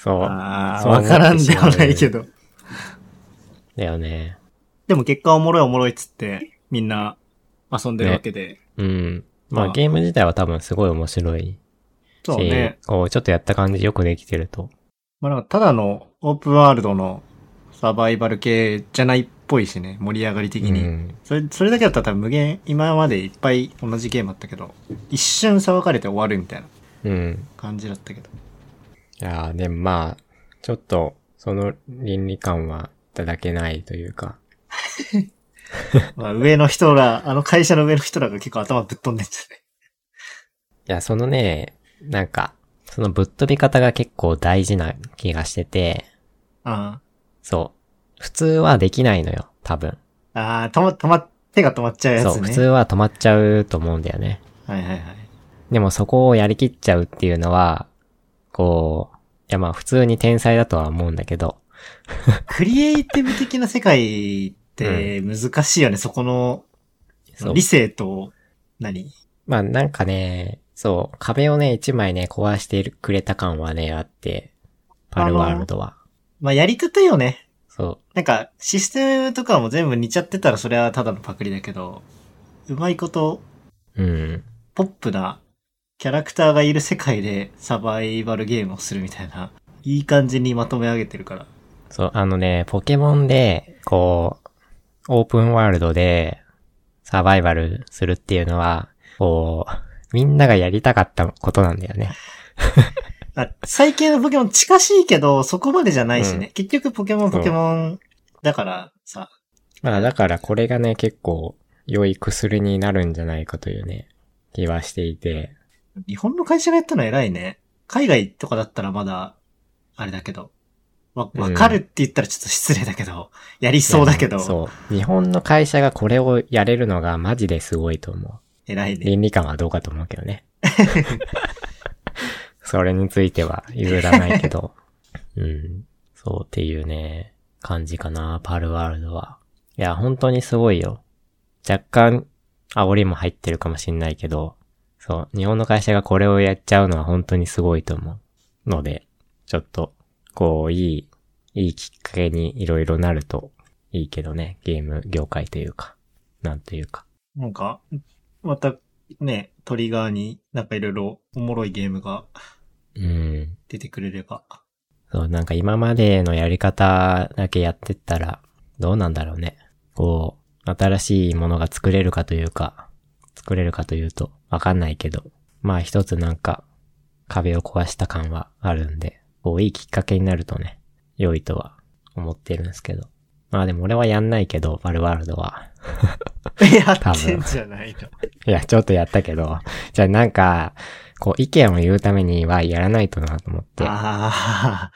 S1: そう。
S2: ああ、
S1: そう
S2: わからんではないけど。
S1: だよね。
S2: でも結果おもろいおもろいっつって、みんな遊んでるわけで。
S1: うん。まあ、
S2: まあ
S1: ゲーム自体は多分すごい面白い
S2: そう
S1: し、
S2: ね。
S1: こう、ちょっとやった感じよくできてると。
S2: まあなんかただのオープンワールドのサバイバル系じゃないっぽいしね、盛り上がり的
S1: う
S2: に。
S1: ん。
S2: それ、それだけだったら多分無限、今までいっぱい同じゲームあったけど、一瞬騒がれて終わるみたいな
S1: うん。
S2: 感じだったけど。
S1: いやー、でもまあ、ちょっと、その倫理観はいただけないというか。
S2: まあ上の人ら、あの会社の上の人らが結構頭ぶっ飛んでんじ
S1: いや、そのね、なんか、そのぶっ飛び方が結構大事な気がしてて、
S2: ゃない
S1: そう。普通はできないのよ、多分。
S2: うん。ああ、止ま、止ま、手が止まっちゃうやつね。
S1: そう、普通は止まっちゃうと思うんだよね。
S2: はいはいはい。
S1: でもそこをやりきっちゃうっていうのは、こう、いやまあ普通に天才だとは思うんだけど、
S2: クリエイティブ的な世界って難しいよね、そこの
S1: そう
S2: 理性と何、
S1: まあなんかね、そう、壁をね、一枚ね、壊してくれた感はね、あって、パルワールドは。
S2: まあやり方よね。
S1: そ
S2: なんか、システムとかも全部似ちゃってたらそれはただのパクリだけど、うまいこと、
S1: う、うん。
S2: ポップなキャラクターがいる世界でサバイバルゲームをするみたいな、いい感じにまとめ上げてるから。
S1: そう、あのね、ポケモンで、こう、オープンワールドで、サバイバルするっていうのは、こう、みんながやりたかったことなんだよね。
S2: あ最近のポケモン近しいけど、そこまでじゃないしね。結局ポケモン
S1: そう
S2: ポケモンだからさ、
S1: まあだからこれがね、結構、良い薬になるんじゃないかというね、気はしていて。
S2: 日本の会社がやったの偉いね。海外とかだったらまだ、あれだけど。わ、
S1: うん
S2: わかるって言ったらちょっと失礼だけど、やりそうだ
S1: い
S2: け
S1: や
S2: ど、
S1: そう。日本の会社がこれをやれるのがマジですごいと思。
S2: 偉いうね。
S1: 倫理観はどうかと思うけどね。 それについては譲らないけど。うん。そうっていうね、感じかな、パールワールドは。いや、本当にすごいよ。若干、煽りも入ってるかもしんないけど、そう、日本の会社がこれをやっちゃうのは本当にすごいと思う。ので、ちょっと、こう、いい、いいきっかけにいろいろなるといいけどね、ゲーム業界というか、なんというか。
S2: なんか、また、ね、トリガーになんかいろいろおもろいゲームが
S1: うん。
S2: 出てくれれば。
S1: そう、なんか今までのやり方だけやってったら、どうなんだろうね。こう、新しいものが作れるかというか、作れるかというと、わかんないけど、まあ一つなんか、壁を壊した感はあるんで、こう、いいきっかけになるとね、良いとは思ってるんですけど。まあでも俺はやんないけど、バルワールドは。
S2: やってんじゃないの。
S1: いや、ちょっとやったけど、じゃあなんか、こう、意見を言うためにはやらないとなと思って。
S2: あ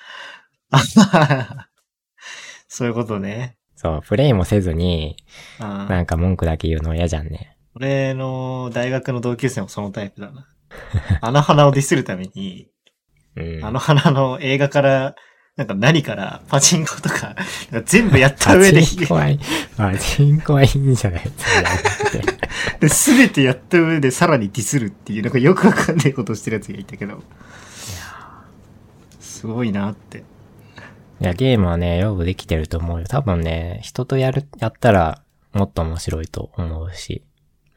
S2: あー。 そういうことね。
S1: そう、プレイもせずに、
S2: あー
S1: なんか文句だけ言うの嫌じゃんね。
S2: 俺の大学の同級生もそのタイプだな。 あの花をディスるために、
S1: うん
S2: あの花の映画から、なんか何から、パチンコとか、なんか全部やった上で、
S1: パチンコはいい、パチンコはいいんじゃない
S2: すべてやった上でさらにディスるっていう、なんかよくわかんないことをしてるやつがいたけど。すごいなって。
S1: い や、ゲームはね、よくできてると思うよ。多分ね、人とやる、やったら、もっと面白いと思うし。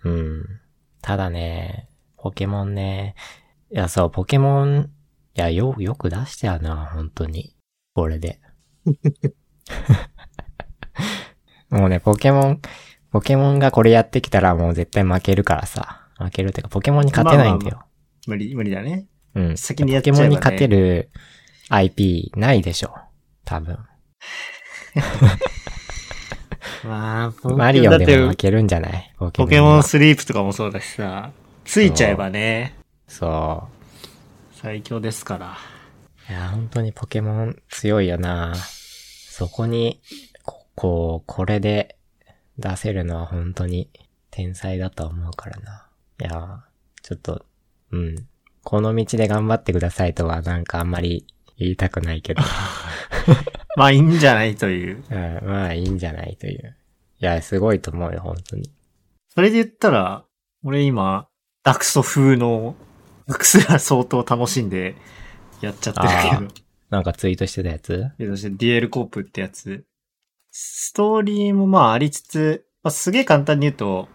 S1: うん。ただね、ポケモンね、いや、そう、ポケモン、いや、よ、よく出したよな、本当に。これで。 もうね、ポケモン、ポケモンがこれやってきたらもう絶対負けるからさ。負けるっていうか、ポケモンに勝てないんだよ。
S2: 無理、無理だね。
S1: うん。
S2: 先にやっちゃ
S1: ポケモ
S2: えばね
S1: ンに勝てる IP ないでしょ。多分。
S2: まあ、ポ
S1: マリオでも
S2: だっ
S1: 負
S2: て
S1: けるんじゃないポ
S2: ポケモン
S1: は
S2: スリープとかもそうだしさ、ついちゃえばね、
S1: そ
S2: 最強ですから。
S1: う。いや、本当にポケモン強いよなそこに、ここう、これで出せるのは本当に天才だと思うからな。いや、ちょっと、うん。この道で頑張ってくださいとはなんかあんまり言いたくない けど。
S2: まあいいんじゃないという。
S1: うん、まあいいんじゃないという。いや、すごいと思うよ、本当に。
S2: それで言ったら、俺今、ダクソ風の、ダクスラ相当楽しんでやっちゃってるけど。
S1: なんかツイートしてたやつ
S2: えそしてデュエルコープってやつ。ストーリーもまあありつつ、まあ、すげえ簡単に言うと、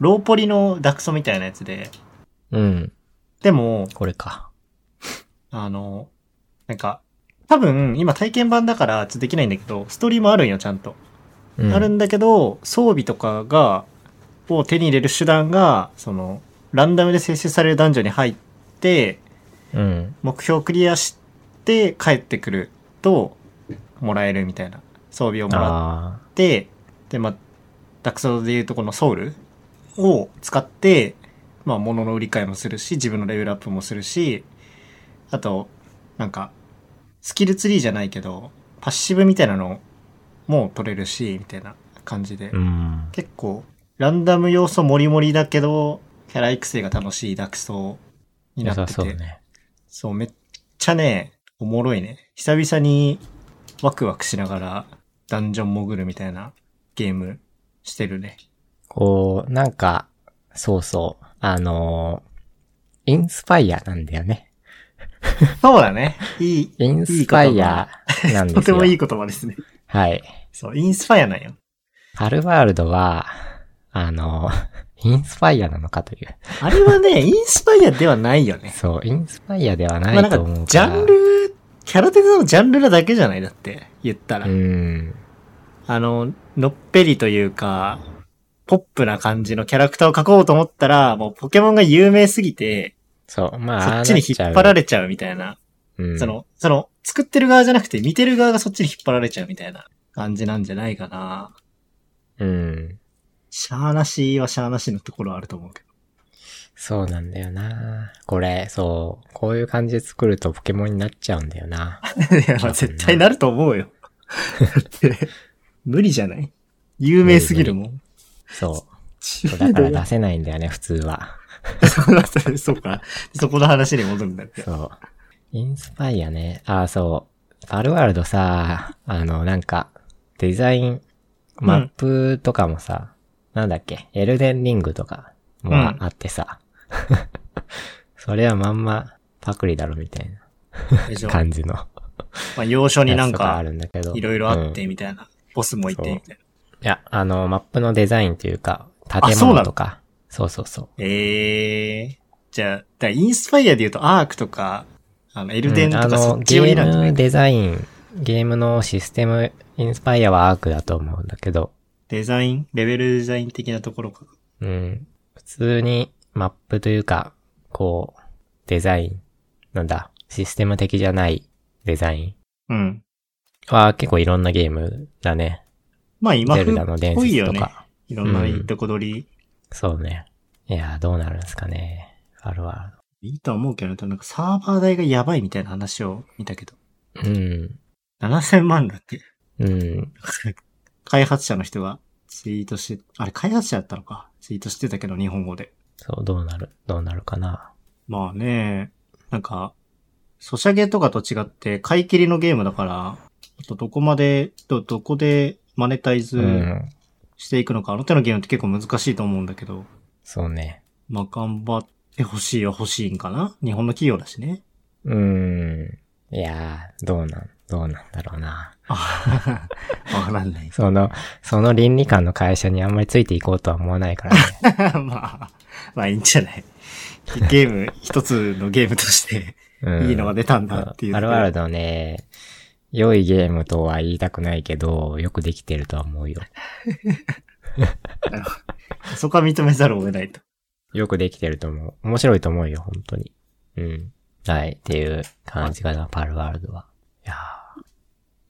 S2: ローポリのダクソみたいなやつで、
S1: うん。
S2: でも、
S1: これか。
S2: あの、なんか、多分今体験版だからちょっとできないんだけど、ストーリーもあるんよ、ちゃんと。
S1: うん、
S2: あるんだけど、装備とかが、を手に入れる手段が、その、ランダムで生成されるダンジョンに入って、
S1: うん。
S2: 目標をクリアして帰ってくると、もらえるみたいな。装備をもら
S1: あ
S2: って、で、まあ、ダクソでいうとこのソウルを使って、まあ、物の売り買いもするし、自分のレベルアップもするし、あと、なんか、スキルツリーじゃないけど、パッシブみたいなのも取れるし、みたいな感じで。
S1: あ。うん。
S2: 結構、ランダム要素もりもりだけど、キャラ育成が楽しいダクソにな
S1: 良さ
S2: って
S1: そ
S2: て。
S1: うね。
S2: そう、めっちゃね、おもろいね。久々にワクワクしながらダンジョン潜るみたいなゲームしてるね。
S1: こう、なんか、そうそう。あのーインスパイアなんだよね。
S2: そうだね。いい、
S1: インスパイアなんですよ。
S2: とてもいい言葉ですね。
S1: はい。
S2: そう、インスパイアなんよ。
S1: パルワールドは、あのーインスパイアなのかという。
S2: あれは ね、インスパイアではないよね。
S1: そう、インスパイアでは
S2: まあ
S1: な
S2: ないん
S1: と
S2: か
S1: 思うから。、
S2: ジャンル、キャラデザのジャンルなだけじゃないだって、言ったら。
S1: うん。
S2: あの、のっぺりというか、ポップな感じのキャラクターを描こうと思ったら、もうポケモンが有名すぎて、
S1: そう、まあ、
S2: そっちに引っ張られちゃうみたいな。
S1: れ、うん、
S2: その、その、作ってる側じゃなくて見てる側がそっちに引っ張られちゃうみたいな感じなんじゃないかな。
S1: うん。
S2: しゃーなしはしゃーなしのところはあると思うけど。
S1: そうなんだよな。これ、そう、こういう感じで作るとポケモンになっちゃうんだよな。
S2: いや、まあ絶対なると思うよ。だって無理じゃない有名すぎるもん。
S1: そう。
S2: 知
S1: そう
S2: 名
S1: だ
S2: 度
S1: か
S2: が
S1: ら出せないんだよね、普通は。
S2: そうか。そこの話に戻るんだって。
S1: そう。インスパイアね。ああ、そう。パルワールドさ、あの、なんか、デザイン、マップとかもさ、なんだっけ、エルデンリングとかもあ
S2: うん
S1: あってさ、 それはまんまパクリだろみたい
S2: でしょ
S1: な感じのや
S2: まあ、要所にな
S1: つ
S2: ん
S1: とか
S2: か
S1: あ、るんだけど。
S2: いろいろあっ
S1: う
S2: て、
S1: んい
S2: みたいな。ボスもいて、みたいな。
S1: や、あの、マップのデザインというか、
S2: あ
S1: 建
S2: そうな
S1: 物
S2: の
S1: とか。そうそうそう。
S2: ええー。じゃあ、だからインスパイアで言うとアークとか、あの、エルデンと
S1: うん
S2: か
S1: あ
S2: そ
S1: の
S2: っち
S1: ゲ
S2: 寄りなんじゃな
S1: ー
S2: い
S1: ムデザイン、ゲームのシステム、インスパイアはアークだと思うんだけど、
S2: デザインレベルデザイン的なところか。
S1: うん。普通にマップというか、こう、デザイン、なんだ、システム的じゃないデザイ
S2: うん。
S1: ンは結構いろんなゲームだね。
S2: まあ今
S1: ゼル
S2: 風
S1: ダの
S2: っ
S1: 伝
S2: ぽい
S1: 説
S2: よ
S1: と
S2: ね。
S1: か。
S2: いろんな
S1: うん
S2: いいとこ取り。
S1: そうね。いやー、どうなるんですかね。あるわ。
S2: いいとは思うけど、でもなんかサーバー代がやばいみたいな話を見たけど。
S1: うん。
S2: 7000万だっけ
S1: うん。
S2: 開発者の人がツイートして、あれ開発者だったのか。ツイートしてたけど、日本語で。
S1: そう、どうなる、どうなるかな。
S2: まあね、なんか、ソシャゲとかと違って買い切りのゲームだから、あとどこまで、ど、どこでマネタイ
S1: う
S2: ズ
S1: ん。
S2: していくのか、あの手のゲームって結構難しいと思うんだけど、
S1: そうね。
S2: まあ頑張ってほしいは欲しいんかな日本の企業だしね。
S1: うん。いやー、どうなん、どうなんだろうな。
S2: ああ、わかんない。
S1: その、その倫理観の会社にあんまりついていこうとは思わない からね。
S2: まあ、まあいいんじゃない。ゲーム、一つのゲームとして、
S1: うん、
S2: いいのが出たんだっていう。
S1: あるあるのね、良いゲームとは言いたくないけど、よくできてるとは思うよ。
S2: そこは認めざるを得ないと。
S1: よくできてると思う。面白いと思うよ、本当に。うん。はい、っていう感じかな、パールワールドは。いやー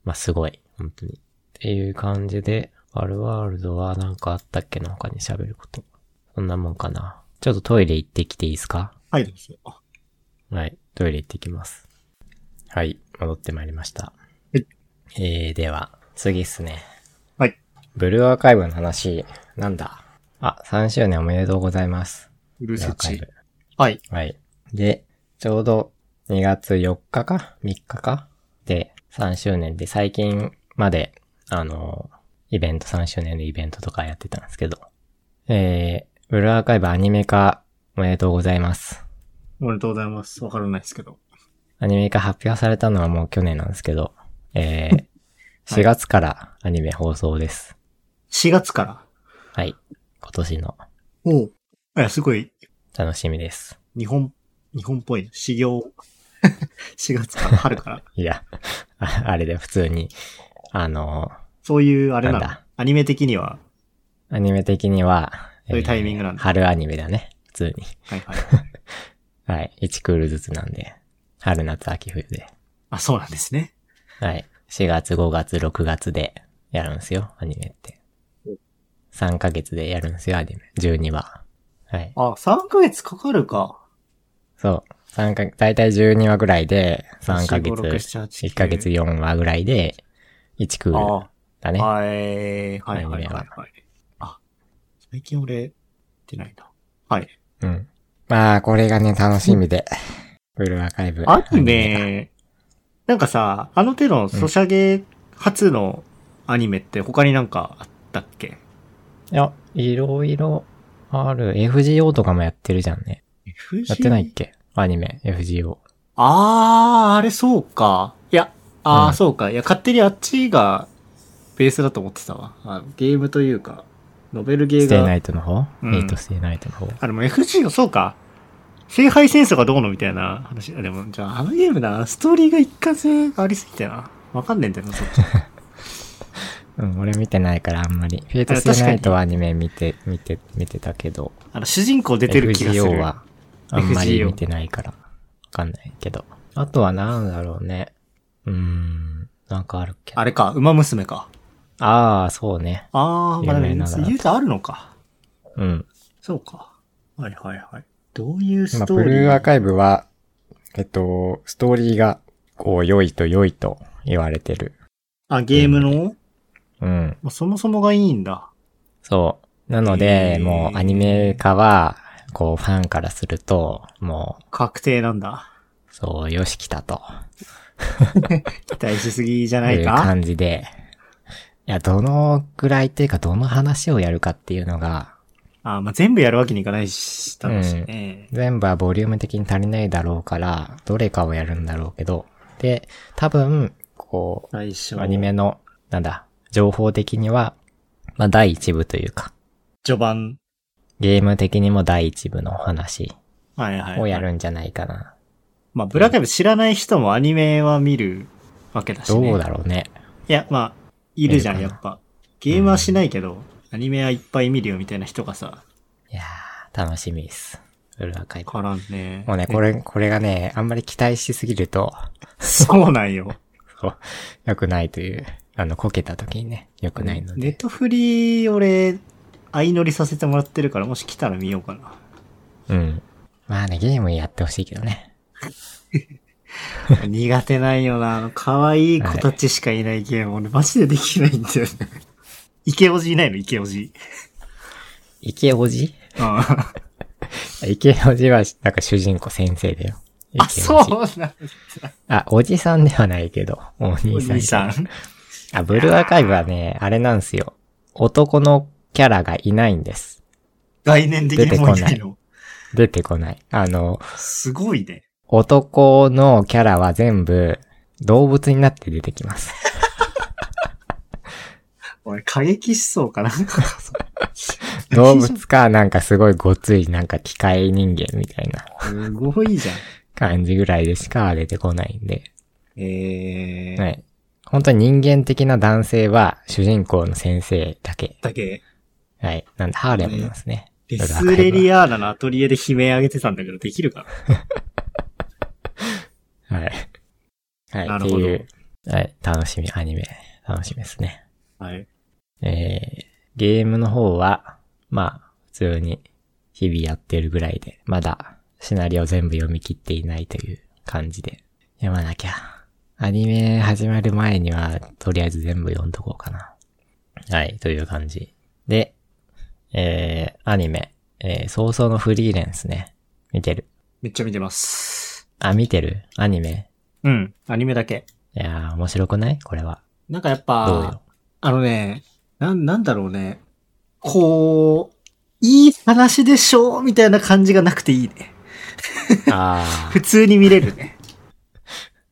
S1: まあ、すごい、本当に。っていう感じで、パールワールドはなんかあったっけな、他に喋ること。そんなもんかな。ちょっとトイレ行ってきていいですか
S2: はい、ですよ。
S1: はい、トイレ行ってきます。はい、戻ってまいりました。
S2: はい。
S1: えー、では、次っすね。
S2: はい。
S1: ブルーアーカイブの話、なんだあ、3周年おめでとうございます。
S2: うる
S1: ブルー
S2: せ
S1: アーカイ
S2: ち
S1: ブ。。
S2: はい。
S1: はい。で、ちょうど2月4日か ?3 日かで、3周年で最近まで、あの、イベント、3周年のイベントとかやってたんですけど、えー、ブルーアーカイブアニメ化おめでとうございます。
S2: おめでとうございます。わからないですけど。
S1: アニメ化発表されたのはもう去年なんですけど、え ー、4月からアニメ放送です。
S2: 4月から。
S1: はい。今年の
S2: おう。いや、すごい、
S1: 楽しみです。
S2: 日本、日本っぽいね。修 行。4月から、春から。
S1: いや、ああれで普通に、あの、
S2: そういう、あれなの
S1: なんだ
S2: アニメ的には。
S1: アニメ的には、
S2: そういうタイミングなん
S1: え
S2: だ
S1: ー春アニメだね。普通に。
S2: はいはい。
S1: はい。1クールずつなんで。春、夏、秋、冬で。
S2: あ、そうなんですね。
S1: はい。4月、5月、6月でやるんですよ、アニメって。3ヶ月でやるんですよ、アニメ。12話。はい。
S2: あ、3ヶ月かかるか。
S1: そう。三か、だいたい12話ぐらいで、3ヶ
S2: 4 5 6
S1: 月、
S2: 7 8 9
S1: 1ヶ月4話ぐらいで、1クール
S2: あ
S1: だ
S2: あ、
S1: ね。
S2: はい、はいはい
S1: アニメ
S2: は
S1: はい
S2: はい。あ、最近俺、出ないな。はい。
S1: うん。まあ、これがね、楽しみで。ブルーアーカイブ。
S2: アニメ、なんかさ、あの手のソシャゲ初のアニメって他になんかあったっけ、
S1: いや、いろいろある。FGO とかもやってるじゃんね。やってないっけアニメ、FGO。
S2: あー、あれそうか。いや、あー、
S1: うん
S2: そうか。いや、勝手にあっちがベースだと思ってたわ。あゲームというか、ノベルゲ
S1: ス
S2: ー
S1: テイナ
S2: が。
S1: イトの方
S2: うん
S1: エイトステイナイトの方。
S2: あ、でも FG そうか。聖杯戦争がどうのみたいな話。あでも、じゃああのゲームな、ストーリーが一貫性がありすぎてな。わかんねえんだよな、そっち。
S1: うん、俺見てないからあんまり。フェイトステイナイトはアニメ見て、見て、見てたけど。
S2: あの、主人公出てる気がする。
S1: FGO はあんまり
S2: FGO
S1: 見てないから。わかんないけど。あとはなんだろうね。うーん、なんかあるっけ
S2: あれか、馬娘か。
S1: ああ、そうね。
S2: あー、まあ、
S1: 有名ながら
S2: 言うとあるのか。
S1: うん。
S2: そうか。はいはいはい。どういう
S1: ま
S2: ス
S1: あ、
S2: トー
S1: ブ
S2: リー、
S1: ルーアーカイブは、えっと、ストーリーが、こう、良いと良いと言われてる。
S2: あ、ゲームの、
S1: うん。
S2: まあ、そもそもがいいんだ。
S1: そう。なので、
S2: へー
S1: もうアニメ化は、こう、ファンからすると、も
S2: 確定なんだ。
S1: う、そう、よし来たと。
S2: 期待しすぎじゃないいうか
S1: 感じで。いや、どのぐらいっていうか、どの話をやるかっていうのが、
S2: あまあ、全部やるわけにいかないし、だろうしね。
S1: 全部はボリューム的に足りないだろうから、どれかをやるんだろうけど、で、多分、こ
S2: 最初。
S1: う、アニメの、なんだ、情報的には、まあ、第一部というか、
S2: 序盤。
S1: ゲーム的にも第一部の話
S2: はいはい、
S1: を
S2: はい。
S1: やるんじゃないかな。
S2: まあ、ブラカイブ知らない人もアニメは見るわけだし、ね。
S1: どうだろうね。
S2: いや、まあ、いるじゃん、
S1: 見
S2: や
S1: るかな
S2: っぱ。ゲームはしないけど、アニメはいっぱい見るよみたいな人がさ、
S1: いやー、楽しみです。ブルーアーカイブ。
S2: からんね。
S1: もうね、これ、これがね、あんまり期待しすぎると、
S2: そうなんよ。
S1: そう良くないという、あの、こけた時にね、良くないの
S2: ネッ
S1: で。
S2: トフリ俺、相乗りさせてもらってるから、もし来たら見ようか
S1: うん。まあね、ゲームやってほしいけどね。
S2: な。苦手ないよな。あの、可愛い子たちしかいないゲーム、俺マジでできないんだよね。イケオジいないのイケオジ。
S1: 池おじ
S2: うん。あ、
S1: 池おじは、なんか主人公先生だよ。池
S2: そ
S1: おじ
S2: うなんだ。
S1: あ、おじさんではないけど、お兄
S2: お
S1: さん。
S2: じさん。
S1: あ、ブルーアーカイブはね、あれなんですよ。男のキャラがいないんです。
S2: 概念的にもういないの。
S1: 出てこない。あの、
S2: すごいね。
S1: 男のキャラは全部動物になって出てき ます。
S2: 俺、過激思想かなん かか、それ
S1: 動物か、なんかすごいごつい、なんか機械人間みたいな
S2: すごいじゃん。
S1: 感じぐらいでしか出てこないんで。
S2: えー、
S1: はい。本当に人間的な男性は主人公の先生だけ。
S2: だけ、
S1: はい。なんで、ハーレムいますね。
S2: デスレリアーナのアトリエで悲鳴上げてたんだけど、できるか
S1: はい。はい。
S2: な
S1: っ
S2: る
S1: て
S2: ほど
S1: いう、はい。楽しみ、アニメ。楽しみですね。
S2: なはい。
S1: えー、ゲームの方は、まあ、普通に日々やってるぐらいで、まだシナリオ全部読み切っていないという感じで、読まなきゃ。アニメ始まる前には、とりあえず全部読んどこうかな。はい、という感じ。で、えー、アニメ、えー、早々のフリーレンですね。見てる。
S2: めっちゃ見てます。
S1: あ、見てるアニメ。
S2: うん、アニメだけ。
S1: いやー、面白くないこれは。
S2: なんかやっ
S1: どう
S2: ぱ
S1: よ、。
S2: あのね、なん、なんだろうね。こう、いい話でしょみたいな感じがなくていいね。
S1: あ
S2: 普通に見れるね。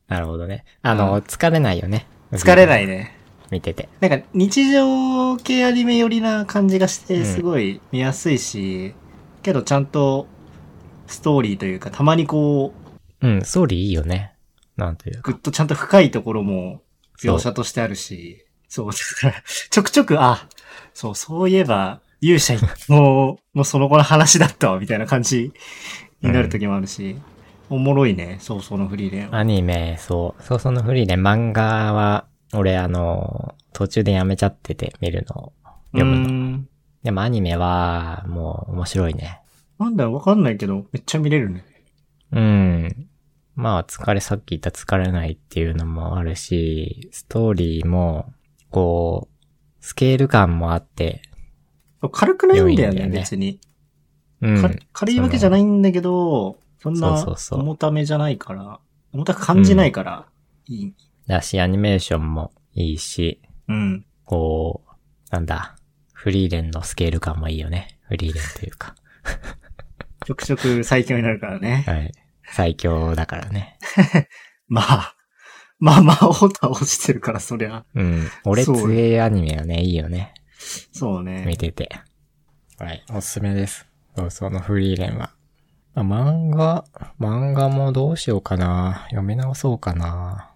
S1: ー、 なるほどね。あの、疲れないよね。。
S2: 疲れないいね。
S1: 見てて。
S2: なんか日常系アニメ寄りな感じがし
S1: うん
S2: て、すごい見やすいし、けどちゃんとストーリーというか、たまにこう、
S1: うん、ストーリーいいよね。なんというか。
S2: ぐっとちゃんと深いところも
S1: そう
S2: 描写としてあるし、そう、だから、 ちょくちょく、あ、そう、そういえば、勇者一行のその後の話だったわ、みたいな感じになる時もあるし、おもろいね、そうそうのフリーレン。
S1: アニメ、そう。そうそのフリーで漫画は、俺あの、途中でやめちゃってて、見るの。読む
S2: うー
S1: の。
S2: ん
S1: でもアニメは、もう面白いね。
S2: なんだろうわかんないけど、めっちゃ見れるね。
S1: うん。まあ、疲れ、さっき言った疲れないっていうのもあるし、ストーリーも、こう、スケール感もあって、
S2: 軽くないんだよ
S1: 良い
S2: ね、
S1: んだよね
S2: 別に。
S1: うん。
S2: か軽いわけじゃないんだけど、そんな
S1: そうそうそう
S2: 重ためじゃないから、重たく感じないから、いい。
S1: だし、アニメーションもいいし、
S2: うん。
S1: こう、なんだ、フリーレンのスケール感もいいよね。フリーレンというか。
S2: ちょくちょく最強になるからね。
S1: はい。最強だからね。
S2: まあ、まあまあ、オータ落ちてるから、そりゃ。
S1: うん。俺
S2: そう
S1: 強えアニメはね、いいよね。
S2: そう
S1: 見
S2: ね。
S1: てて。はい。おすすめです。そうそのフリーレンは。あ漫画、漫画もどうしようかな。読み直そうかな。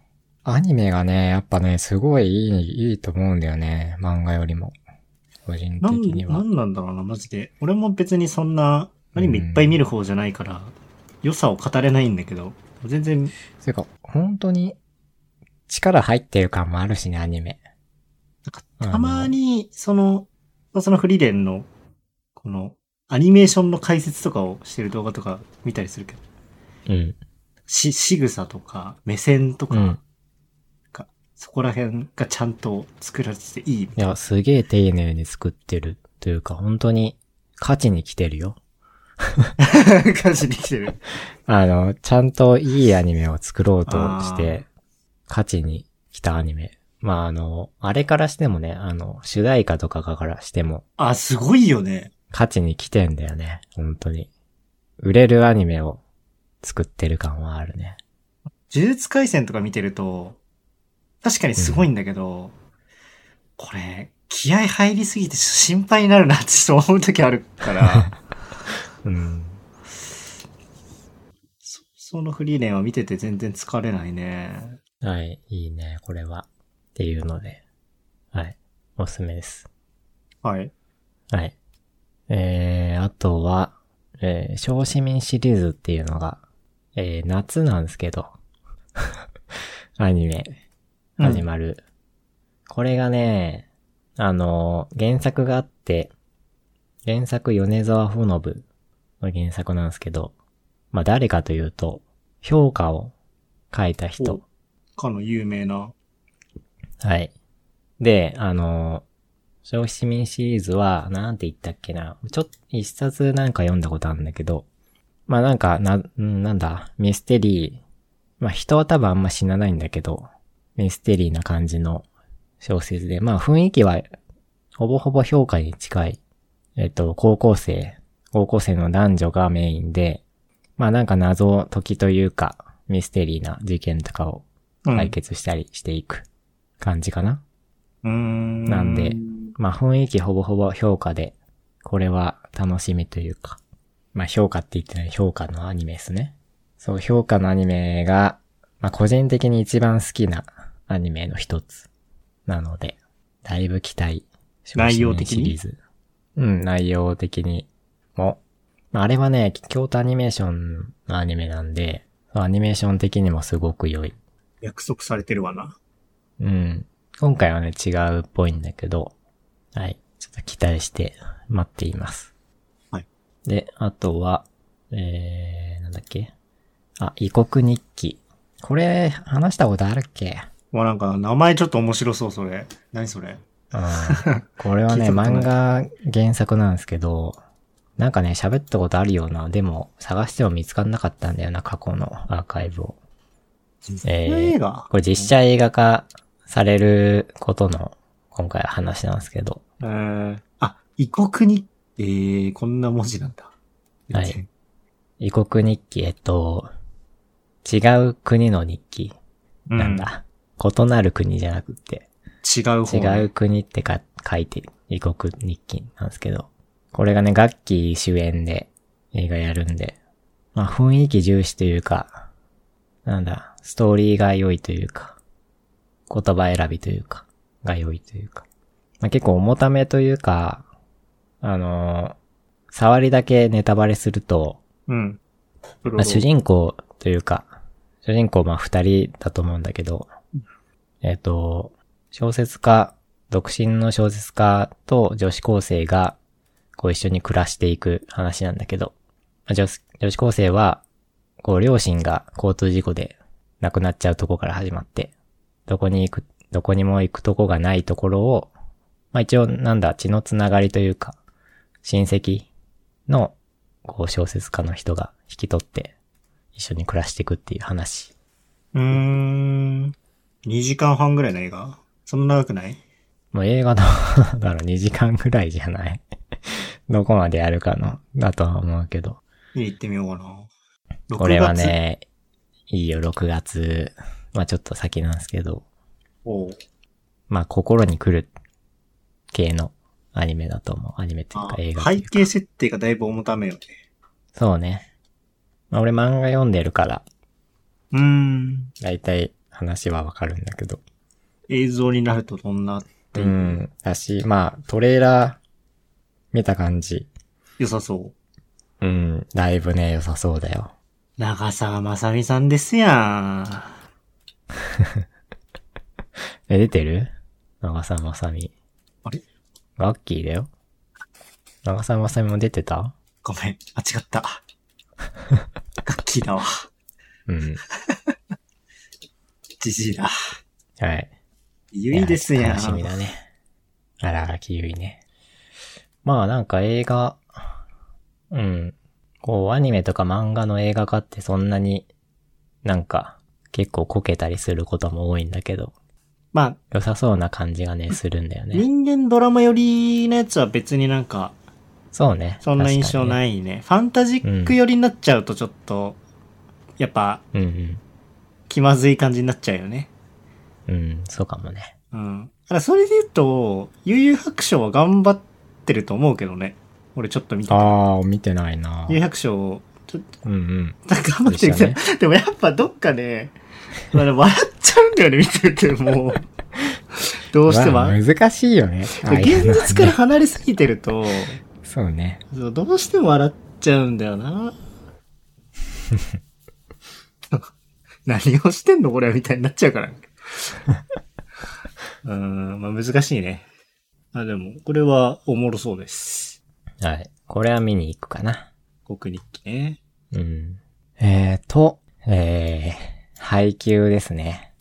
S1: アニメがね、やっぱね、すごいいい、いいと思うんだよね。漫画よりも。個人
S2: なん、
S1: 的に
S2: な
S1: は。
S2: んなんだろうな、マジで。俺も別にそんな、アニメいっぱい見る方じゃないから、良さを語れないんだけど、全然、
S1: それか、本当に、力入ってる感もあるしね、アニメ。
S2: なんか、たまに、その、そのフリーレンの、この、アニメーションの解説とかをしてる動画とか見たりするけど、
S1: うん。
S2: し、仕草とか、目線とか、
S1: うん
S2: なんかそこら辺がちゃんと作られてていい。
S1: いや、すげえ丁寧に作ってる。というか、本当に、勝ちに来てるよ。
S2: 感じに 来てる。
S1: あの、ちゃんといいアニメを作ろうとして、勝ちに来たアニメ。まあ、あの、あれからしてもね、あの、主題歌とかからしても、
S2: あ、すごいよね。
S1: 勝ちに来てんだよね。本当に。売れるアニメを作ってる感はあるね。
S2: 呪術廻戦とか見てると、確かにすごいんだけど、これ、気合入りすぎて心配になるなってちょっと思う時ある から、
S1: うん。
S2: そそのフリーレンは見てて全然疲れないね。
S1: はい、いいね、これは。っていうので、はい、おすすめです。
S2: はい。
S1: はい。えー、あとは、えー、小市民シリーズっていうのが、えー、夏なんですけど、 アニメ、
S2: うん
S1: 始まる。これがね、あのー原作があって、原作米沢ほのぶの原作なんですけど、まあ、誰かというと、評価を書いた人。
S2: かの有名な。
S1: はい。で、あの、消費市民シリーズは、なんて言ったっけな。ちょっと、一冊なんか読んだことあるんだけど、まあなんか、な、うんなんだ、ミステリー。まあ人は多分あんま死なないんだけど、ミステリーな感じの小説で、まあ雰囲気は、ほぼほぼ評価に近い。えっと、高校生、高校生の男女がメインで、まあなんか謎解きというか、ミステリーな事件とかを
S2: うん
S1: 解決したりしていく感じかな。
S2: うーん。
S1: なんでまあ雰囲気ほぼほぼ評価で、これは楽しみというか、まあ評価って言ってない評価のアニメですね。そう、評価のアニメが、まあ個人的に一番好きなアニメの一つなので、だいぶ期待しま
S2: 内
S1: したね
S2: 容的に
S1: シリーズ。うん、内容的にも。まああれはね、京都アニメーションのアニメなんで、アニメーション的にもすごく良い。
S2: 約束されてるわな。
S1: うん。今回はね、違うっぽいんだけど、はい。ちょっと期待して待っています。
S2: はい。
S1: で、あとは、えー、なんだっけあ、異国日記。これ、話したことあるっけ
S2: まあなんか、名前ちょっと面白そう、それ。何それ。
S1: うん。 これはね、
S2: 聞いたことな
S1: 漫
S2: い
S1: 画原作なんですけど、なんかね、喋ったことあるような、でも、探しても見つかんなかったんだよな、過去のアーカイブを。えー
S2: 映画
S1: これ実写映画化されることの、今回は話なんですけど、
S2: えー、あ、異国に、えー、こんな文字なんだ。
S1: はい。異国日記、えっと、違う国の日記なん。だ。異なる国じゃなくて、
S2: 違う方
S1: 違
S2: ね
S1: う。国ってか書いて、異国日記なんですけど、これがね、楽器主演で映画やるんで、まあ雰囲気重視というか、なんだ、ストーリーが良いというか、言葉選びというか、が良いというか、まあ結構重ためというか、あのー触りだけネタバレすると、
S2: うん。プロ
S1: まあ、
S2: ロ
S1: 主人公というか、主人公まあ二人だと思うんだけど、えっ、と、小説家、独身の小説家と女子高生が、こう一緒に暮らしていく話なんだけど、まあ女子女子高生は、こう両親が交通事故で亡くなっちゃうとこから始まって、どこに行く、どこにも行くとこがないところを、まあ一応なんだ、血のつながりというか、親戚の、こう小説家の人が引き取って、一緒に暮らしていくっていう話。
S2: うーん。2時間半ぐらいの映画そんな長くない
S1: もう映画の、 だろ、2時間ぐらいじゃない どこまでやるかの、だとは思うけど。
S2: 見に行ってみようかな。6月
S1: これは。ね、いいよ、6月。まあちょっと先なんですけど。
S2: おう
S1: まあ心に来る系のアニメだと思う。アニメという
S2: あ
S1: か映画って
S2: 背
S1: いうか
S2: 景設定がだいぶ重ためよね。
S1: そうね。まあ俺漫画読んでるから、
S2: うーん。
S1: だいたい話はわかるんだけど。
S2: 映像になるとどんなっていうう、
S1: ん。だし、まあトレーラー見た感じ。
S2: 良さそう。
S1: うん、だいぶね、良さそうだよ。
S2: 長澤まさみさんですや
S1: え、出てる長澤まさみ。
S2: あれ
S1: ガッキーだよ。長澤まさみも出てた
S2: ごめん、間違った。ガッキーだわ。
S1: うん。
S2: じじいだ。
S1: はい。
S2: ゆいですやん。
S1: 楽しみだね。あら、キウイね。まあなんか映画、うん。こう、アニメとか漫画の映画化ってそんなに、なんか、結構こけたりすることも多いんだけど、
S2: まあ、
S1: 良さそうな感じがね、するんだよね。
S2: 人間ドラマ寄りのやつは別になんか、
S1: そうね。
S2: そんな印象
S1: い。
S2: ないね。ファンタジック寄りになっちゃうとちょっと、やっぱ
S1: うんうん。
S2: 気まずい感じになっちゃうよね。
S1: うん、そうかもね。
S2: うん。だからそれで言うと、悠々白書は頑張ってると思うけどね。俺ちょっと見てて。
S1: ああ、見てないな
S2: 悠々白書、ちょっと、
S1: うんうん。
S2: 頑張ってる
S1: でしたね
S2: でもやっぱどっかね、まあ笑っちゃうんだよね、見てて、もう。どうしても。
S1: まあ難しいよね。ああい
S2: 現
S1: うの
S2: 実から離れすぎてると、
S1: そうね。
S2: そうどうしても笑っちゃうんだよな。 何をしてんのこれみたいになっちゃ うから。うーん、まあ難しいね。あ、でも、これはおもろそうです。
S1: はい。これは見に行くかな。
S2: 国日記ね。
S1: うん。えーと、えー、配給ですね。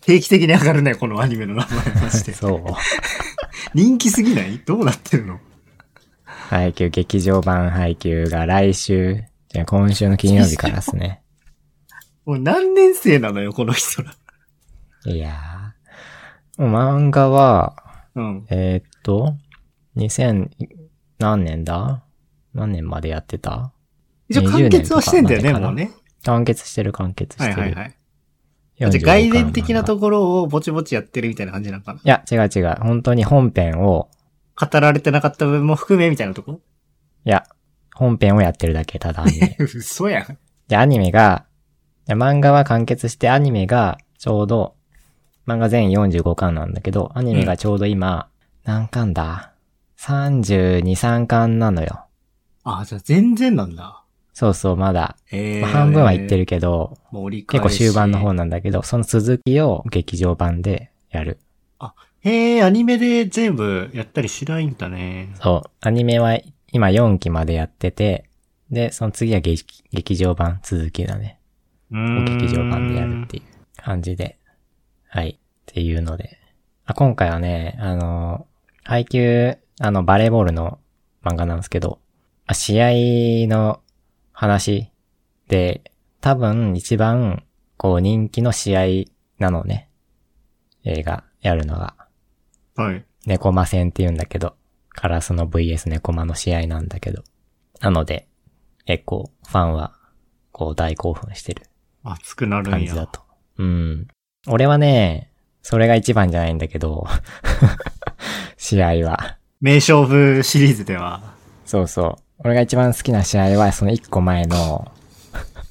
S2: 定期的に上がるね、このアニメの名前まして。
S1: そう。
S2: 人気すぎないどうなってるの
S1: 配給、劇場版配給が来週、じゃあ今週の金曜日からですね。
S2: もう何年生なのよ、この人ら。
S1: いやー。もう漫画は、
S2: うん。
S1: えーっと、2000、何年だ何年までやってた
S2: 一応完結はしてんだよね、もうね。
S1: 完結してる完結
S2: は
S1: し
S2: い
S1: てる。
S2: はいはい。
S1: 45
S2: じゃあ外伝的な
S1: 巻が
S2: ところをぼちぼちやってるみたいな感じなのかない
S1: や、違う違う。本当に本編を、
S2: 語られてなかった部分も含めみたいなと こ。
S1: いや、本編をやってるだけ、ただアニメ
S2: 嘘やん。
S1: で、アニメが、いや漫画は完結して、アニメがちょうど、漫画全45巻なんだけど、アニメがちょうど今、何巻だ ?32、3巻なのよ。
S2: あ、じゃあ全然なんだ。
S1: そうそう、まだ。
S2: え
S1: まあ半分はいって
S2: る。
S1: るけど、
S2: もう折り返
S1: 結構
S2: し
S1: 終盤の方なんだけど、その続きを劇場版でやる。
S2: へえ、アニメで全部やったりしないんだね。
S1: そう。アニメは今4期までやってて、で、その次は劇劇場版続きだね。
S2: う
S1: を
S2: ん
S1: 劇場版でやるっていう感じで。はい。っていうので。あ、今回はね、あの、配給、あの、バレーボールの漫画なんですけど、あ試合の話で、多分一番、こう人気の試合なのね。映画、やるのが。
S2: はい。
S1: ネコマ戦って言うんだけど、カラスの VS ネコマの試合なんだけど。なので、結構ファンは、こう大興奮してる
S2: 熱くなるん
S1: 感じだ
S2: や。
S1: と。うん。俺はね、それが一番じゃないんだけど、 試合は。
S2: 名勝負シリーズでは。
S1: そうそう。俺が一番好きな試合は、その一個前の、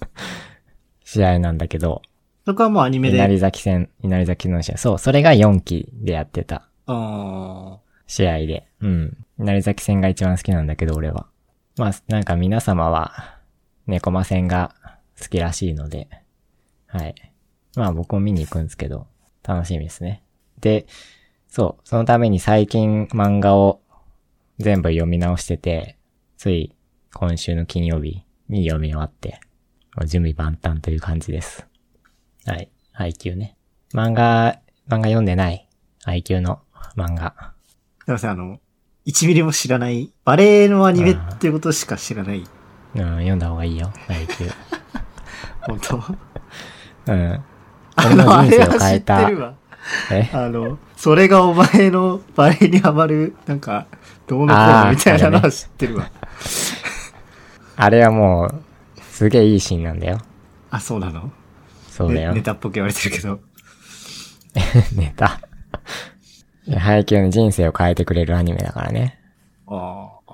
S1: 試合なんだけど、
S2: そこはもうアニメで。
S1: 稲荷崎戦、稲荷崎の試合。そう、それが4期でやってた。
S2: あ
S1: 試合で。うん。成崎戦が一番好きなんだけど、俺は。まあ、なんか皆様は、猫間戦が好きらしいので、はい。まあ僕も見に行くんですけど、楽しみですね。で、そう、そのために最近漫画を全部読み直してて、つい今週の金曜日に読み終わって、準備万端という感じです。はい。配給ね。漫画、漫画読んでない。配給の漫画。
S2: ー。すいません、あの、1ミリも知らない、バレエのアニメっていうことしか知らない。
S1: うん、読んだ方がいいよ、配 給。
S2: 本当
S1: うん。
S2: あ
S1: 俺の
S2: の、あ
S1: 人
S2: れ
S1: 生
S2: は
S1: を変え
S2: 知
S1: た
S2: ってるわ。
S1: え
S2: あの、それがお前のバレエにハマる、なんか、どうのこうのみたいな
S1: あーあれ
S2: のは
S1: ね
S2: 知ってるわ。
S1: あれはもう、すげえいいシーンなんだよ。
S2: あ、そうなの
S1: そうだよ。
S2: ねネタっぽく言われてるけど。
S1: ネタ。いや配給の人生を変えてくれるアニメだからね。
S2: ああ。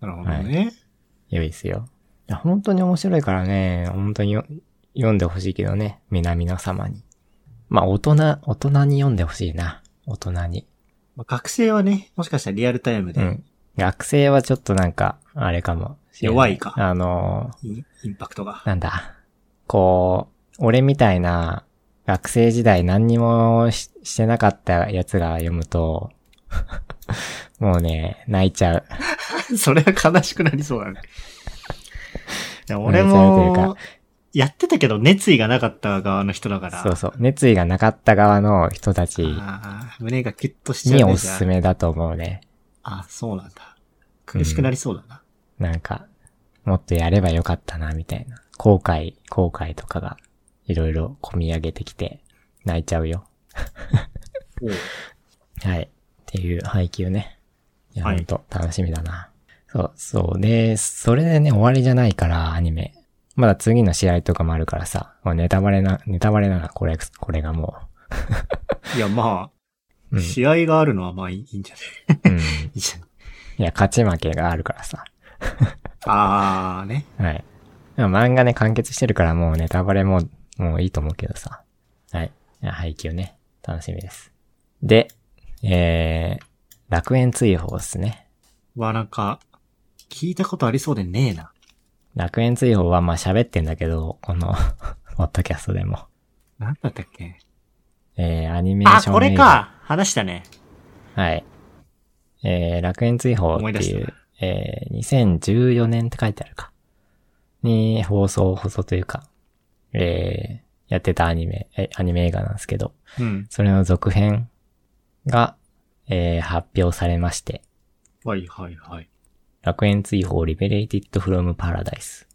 S2: なるほどね。
S1: 良いですよ。いや、本当に面白いからね、本当によ読んでほしいけどね、皆々様に。まあ、大人、大人に読んでほしいな。大人に。
S2: まあ、学生はね、もしかしたらリアルタイム
S1: う
S2: で
S1: ん。学生はちょっとなんか、あれかもしれな
S2: 弱いか
S1: あのー
S2: イン、インパクトが。
S1: なんだ、こう、俺みたいな学生時代何にもししてなかったやつが読むと、 もうね、泣いちゃう。
S2: それは悲しくなりそうだね。いや俺
S1: 泣いちゃう
S2: も、やってたけど熱意がなかった側の人だから。
S1: そうそう。熱意がなかった側の人たち
S2: ああ胸がキュッとしちゃう、ね。
S1: におすす
S2: じゃ
S1: めだと思うね。
S2: あ。あ、そうなんだ。苦しくなりそうだな。
S1: なんか、もっとやればよかったな、みたいな。後悔、後悔とかが、いろいろ込み上げてきて、泣いちゃうよ。
S2: おう
S1: はい。っていう配給ね。いや、
S2: はい
S1: ほんと、楽しみだな。そう、そう。で、それでね、終わりじゃないから、アニメ。まだ次の試合とかもあるからさ、もうネタバレな、ネタバレならこれ、これがも
S2: いや、ま
S1: う。
S2: あ、
S1: うん。
S2: 試合があるのはまあいいいいんじゃない
S1: うん、い
S2: いいじゃん。
S1: や、勝ち負けがあるからさ。
S2: ああね。
S1: はい。まあ漫画ね、完結してるからもうネタバレも、もういいと思うけどさ。はい。いや配給ね。楽しみです。で、えー、楽園追放ですね。
S2: はなんか、聞いたことありそうでねえな。
S1: 楽園追放はまあ喋ってんだけど、この、 ポッドキャストでも。
S2: なんだったっけ
S1: えー、アニメー
S2: あ、
S1: ション
S2: これ
S1: 映画。
S2: か話したね。
S1: はい。えー、楽園追放
S2: 思い
S1: って
S2: 出
S1: い
S2: し
S1: う
S2: た、
S1: えー、2014年って書いてあるか。に、放送、放送というか、えー、やってたアニメ、え、アニメ映画なんですけど、
S2: うん。
S1: それの続編が、えー、発表されまして、
S2: はいはいはい。
S1: 楽園追放 Liberated from Paradise。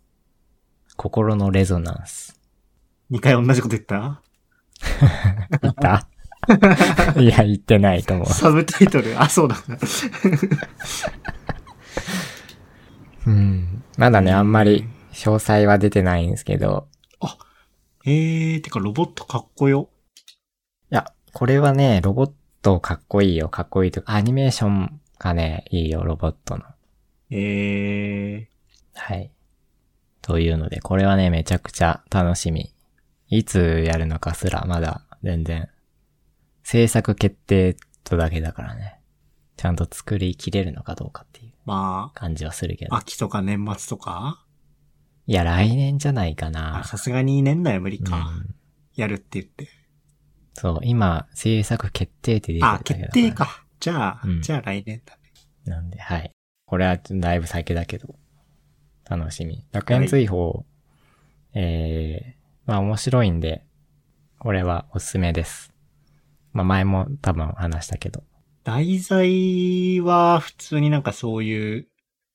S1: 心のレゾナンス。
S2: 二回同じこと言った
S1: 言った いや、言ってないと思う。
S2: サブタイトル、あ、そうだ。
S1: うん。まだね、あんまり詳細は出てないんですけど、
S2: えー、てかロボットかっこよ。
S1: いや、これはね、ロボットかっこいいよ、かっこいいとか、アニメーションがね、いいよ、ロボットの。
S2: えー、
S1: はい。というので、これはね、めちゃくちゃ楽しみ。いつやるのかすら、まだ、全然、制作決定とだけだからね。ちゃんと作りきれるのかどうかっていう
S2: ま
S1: 感じはするけ
S2: あ、
S1: ど。
S2: 秋とか年末とか
S1: いや、来年じゃないか
S2: あ
S1: な。
S2: さすがに年内は無理
S1: う
S2: か。
S1: ん。
S2: やるって言って。
S1: そう、今、制作決定って出てるだ
S2: あ、
S1: けだから
S2: 決定。か。じゃあ、
S1: うん
S2: じゃあ来年だね。
S1: なんで、はい。これはちょっとだいぶ先だけど、楽しみ。楽園追放、えー、まあ面白いんで、これはおすすめです。まあ前も多分話したけど。
S2: 題材は普通になんかそういう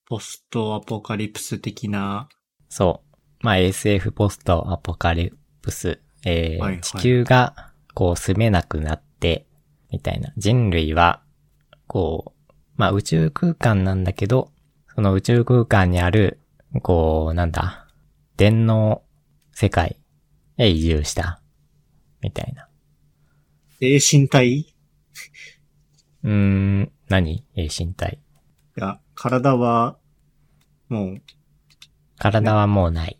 S2: ポストアポカリプス的な、
S1: そう。まあ SF ポストアポカリプス、えー
S2: はいはい
S1: 地球がこう住めなくなって、みたいな。人類は、こう、まあ宇宙空間なんだけど、その宇宙空間にある、こう、なんだ、電脳世界へ移住した、みたいな。
S2: 精神体
S1: うーん、何えー身体。
S2: が、体は、もう、
S1: 体はもうない。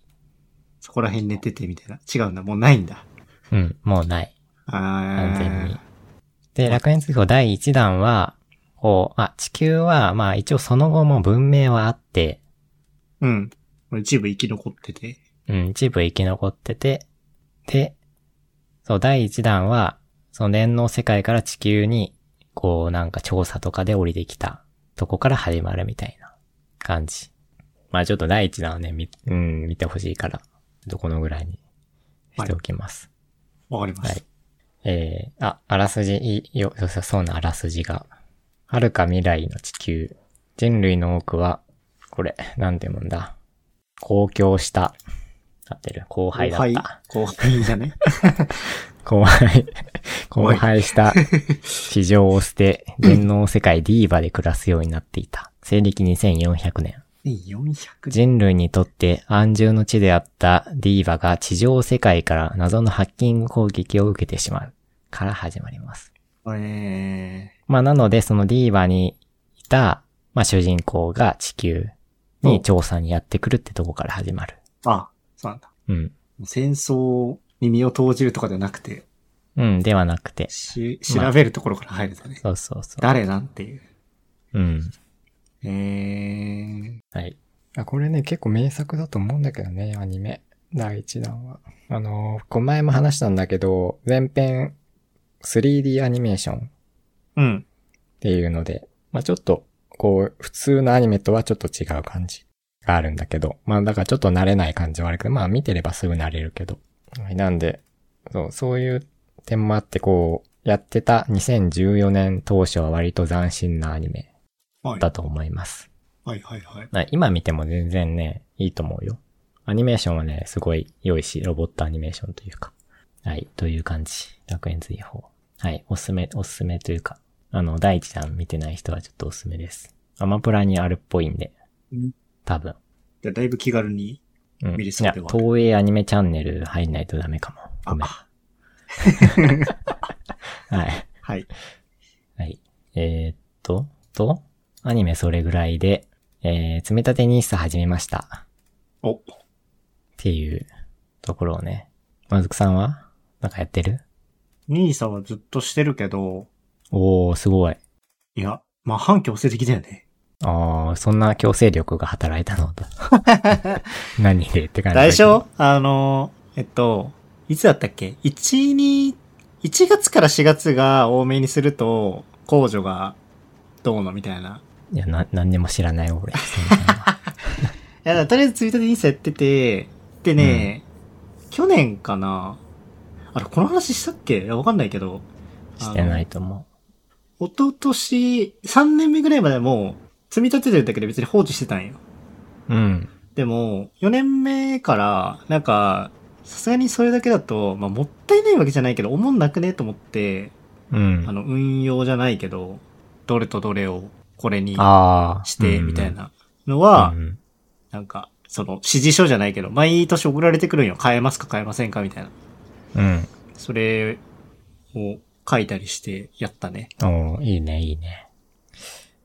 S2: そこら辺寝ててみたいな。違うんだ、もうないんだ。
S1: うん、もうない。
S2: あ
S1: 完
S2: ー
S1: 全に。で、楽園追放第1弾は、こう、あ、地球は、まあ一応その後も文明はあって、
S2: うん。もう一部生き残ってて。
S1: うん、一部生き残ってて、で、そう、第1弾は、その電脳世界から地球に、こう、なんか調査とかで降りてきたとこから始まるみたいな感じ。まあちょっと第1弾はね、み、うん、見てほしいから、どこのぐらいにしておきます。
S2: わかりま
S1: は
S2: し
S1: い
S2: た。。
S1: えー、あ、あらすじ、いいよ、良さそうなあらすじが。遥か未来の地球。人類の多くは、これ、なんて読むんだ。公共した。合ってる。後輩だった。
S2: 後輩 だね。
S1: 後輩。
S2: お
S1: 後
S2: い
S1: 輩した。地上を捨て、電脳世界ディーバで暮らすようになっていた。西暦2400年。
S2: 400人。
S1: 人類にとって安住の地であったディーバが地上世界から謎のハッキング攻撃を受けてしまう。から始まります。
S2: え
S1: まあなので、そのディーバにいた、まあ主人公が地球に調査にやってくるってとこから始まる。
S2: ー、あ、そうなんだ。
S1: うん。
S2: もう戦争に身を投じるとかではなくて、
S1: うん、ではなくて。
S2: し、
S1: ま
S2: 調
S1: あ
S2: べるところから入るんだね。
S1: そうそうそ
S2: 誰なんていう。
S1: う。うん。
S2: えー、
S1: はい。あこれね、結構名作だと思うんだけどね、アニメ。第1弾は。あのー、こう前も話したんだけど、前編 3D アニメーションっ
S2: うん。
S1: ていうので、まあちょっと、こう、普通のアニメとはちょっと違う感じがあるんだけど、まあだからちょっと慣れない感じはあるけど、まあ見てればすぐ慣れるけど。はいなんで、そう、そういう点もあって、こう、やってた2014年当初は割と斬新なアニメ
S2: はい。
S1: だと思います。
S2: はいはいはい。
S1: まあ今見ても全然ね、いいと思うよ。アニメーションはね、すごい良いし、ロボットアニメーションというか。はい、という感じ。楽園追放。はい、おすすめ、おすすめというか、あの、第一弾見てない人はちょっとおすすめです。アマプラにあるっぽいんで
S2: うん、
S1: 多分。
S2: じゃあだいぶ気軽に。
S1: うん、
S2: 見れそうで
S1: い
S2: は
S1: や
S2: ある
S1: 東映アニメチャンネル入んないとダメかも。ごめん。
S2: あ
S1: はい。
S2: はい。
S1: はい。えー、っと、と、アニメそれぐらいで、えー、積み立て NISA 始めました。
S2: お、
S1: っていうところをね。まずくさんはなんかやってる
S2: 兄さんはずっとしてるけど、
S1: おー、すごい。
S2: いや、まあ、反強制的だよね。
S1: あー、そんな強制力が働いた のと。何でって感じだけ
S2: 大
S1: ど。
S2: 丈夫あの、えっと、いつだったっけ ?1、2、1月から4月が多めにすると、控除がどうのみたいな。
S1: いや、な、何にも知らない俺。そんなのは
S2: いや、とりあえずツイートでインスタやってて、でね、去年かなあれ、この話したっけいや、わかんないけど。
S1: してないと思
S2: あの。一昨年、3年目ぐらいまでもう、積み立ててるだけで別に放置してたんよ。
S1: う。うん。
S2: でも、4年目から、なんか、さすがにそれだけだと、まあ、もったいないわけじゃないけど、思んなくねと思って、
S1: う
S2: あ
S1: ん。
S2: の、運用じゃないけど、どれとどれをこれに
S1: あー。
S2: して、みたい
S1: うん。
S2: なのは、
S1: うん
S2: なんか、その、指示書じゃないけど、毎年送られてくるんよ。変えますか変えませんかみたいな。
S1: うん。
S2: それを書いたりしてやったね。
S1: おーいいね、いいね。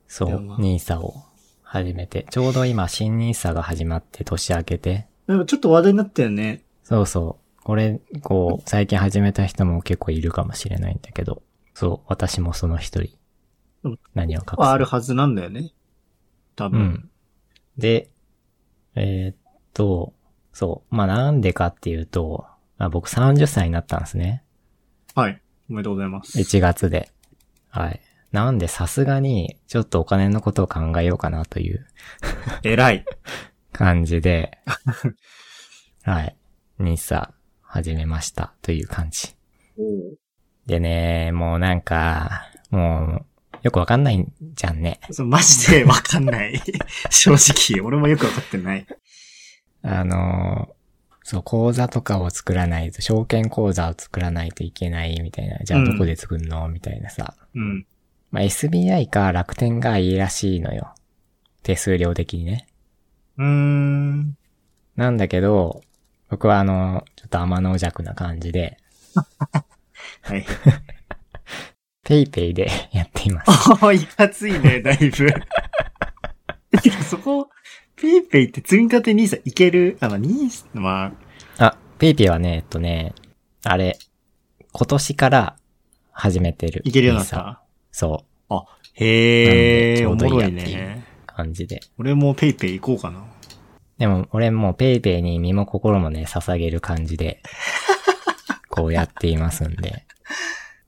S1: そう、
S2: でもまあ
S1: ニーサを始めて。ちょうど今、新ニーサが始まって、年明けて。
S2: なんかちょっと話題になったよね。
S1: そうそう。これ、こう、最近始めた人も結構いるかもしれないんだけど。そう、私もその一人
S2: うん。
S1: 何を隠す
S2: はあるはずなんだよね。多
S1: う
S2: 分。
S1: ん。で、えーっと、そう。まあ、なんでかっていうと、まあ、僕30歳になったんですね。
S2: はい。おめでとうございます。
S1: 1月で。はい。なんで、さすがに、ちょっとお金のことを考えようかなという
S2: 偉い。
S1: 感じ で、はい。にさ、始めました。という感じ。でね、もうなんか、もう、よくわかんないんじゃんね。
S2: そうマジでわかんない。 正直、俺もよくわかってない。
S1: あのーそう、口座とかを作らないと、証券口座を作らないといけないみたいな。じゃ
S2: う
S1: あ
S2: ん
S1: どこで作るの、みたいなさ。
S2: うん。
S1: まあ、SBI か楽天がいいらしいのよ。手数料的にね。
S2: うーん。
S1: なんだけど、僕はあの、ちょっと天の弱な感じで、
S2: はい。
S1: ペイペイで やっています。
S2: ああ、いかついね、だいぶ。 てかそこ、ペイペイって積み立て NISA いけるあの、NISA、まあ、
S1: あ、ペイペイはね、えっとね、あれ、今年から始めてる。
S2: いけるようになっ
S1: さ。
S2: た。
S1: そ
S2: へえ、
S1: な
S2: お
S1: んでちょ
S2: も
S1: うど
S2: ろ
S1: い
S2: い
S1: いやっていう
S2: ね。
S1: う感じで。
S2: 俺もペイペイ行こうかな。
S1: でも、俺もうペイペイに身も心もね、捧げる感じで、こうやっていますんで、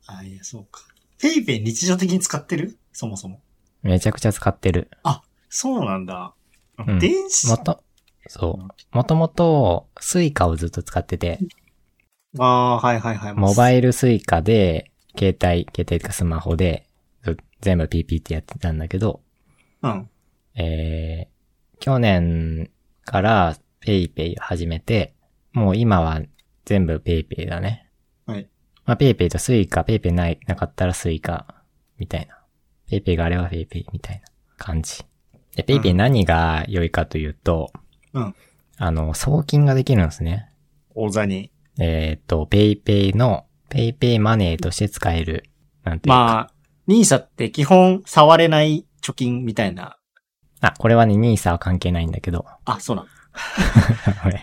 S2: あいや、そうか。ペイペイ日常的に使ってるそもそも。
S1: めちゃくちゃ使ってる。
S2: そうなんだ。
S1: うん
S2: 電子、
S1: もと、そう。もともと、スイカをずっと使ってて、
S2: ああ、はいはいはい。
S1: モバイルスイカで、携帯、携帯というかスマホで、ず全部 PP ってやってたんだけど、
S2: うん。
S1: えー、去年からペイペイ始めて、もう今は全部ペイペイだね。
S2: はい。
S1: まあ、ペイペイとスイカ、ペイペイない、なかったらスイカ、みたいな。ペイペイがあればペイペイみたいな感じ。で、ペイペイ何が良いかというと、
S2: うん
S1: あの、送金ができるんですね。
S2: 大座に。
S1: えっ、と、ペイペイの、ペイペイマネーとして使える。なんていうか。
S2: まあ、NISA って基本触れない貯金みたいな。
S1: あ、これはね、ニーサは関係ないんだけど。
S2: あ、そうなん。
S1: ごめん。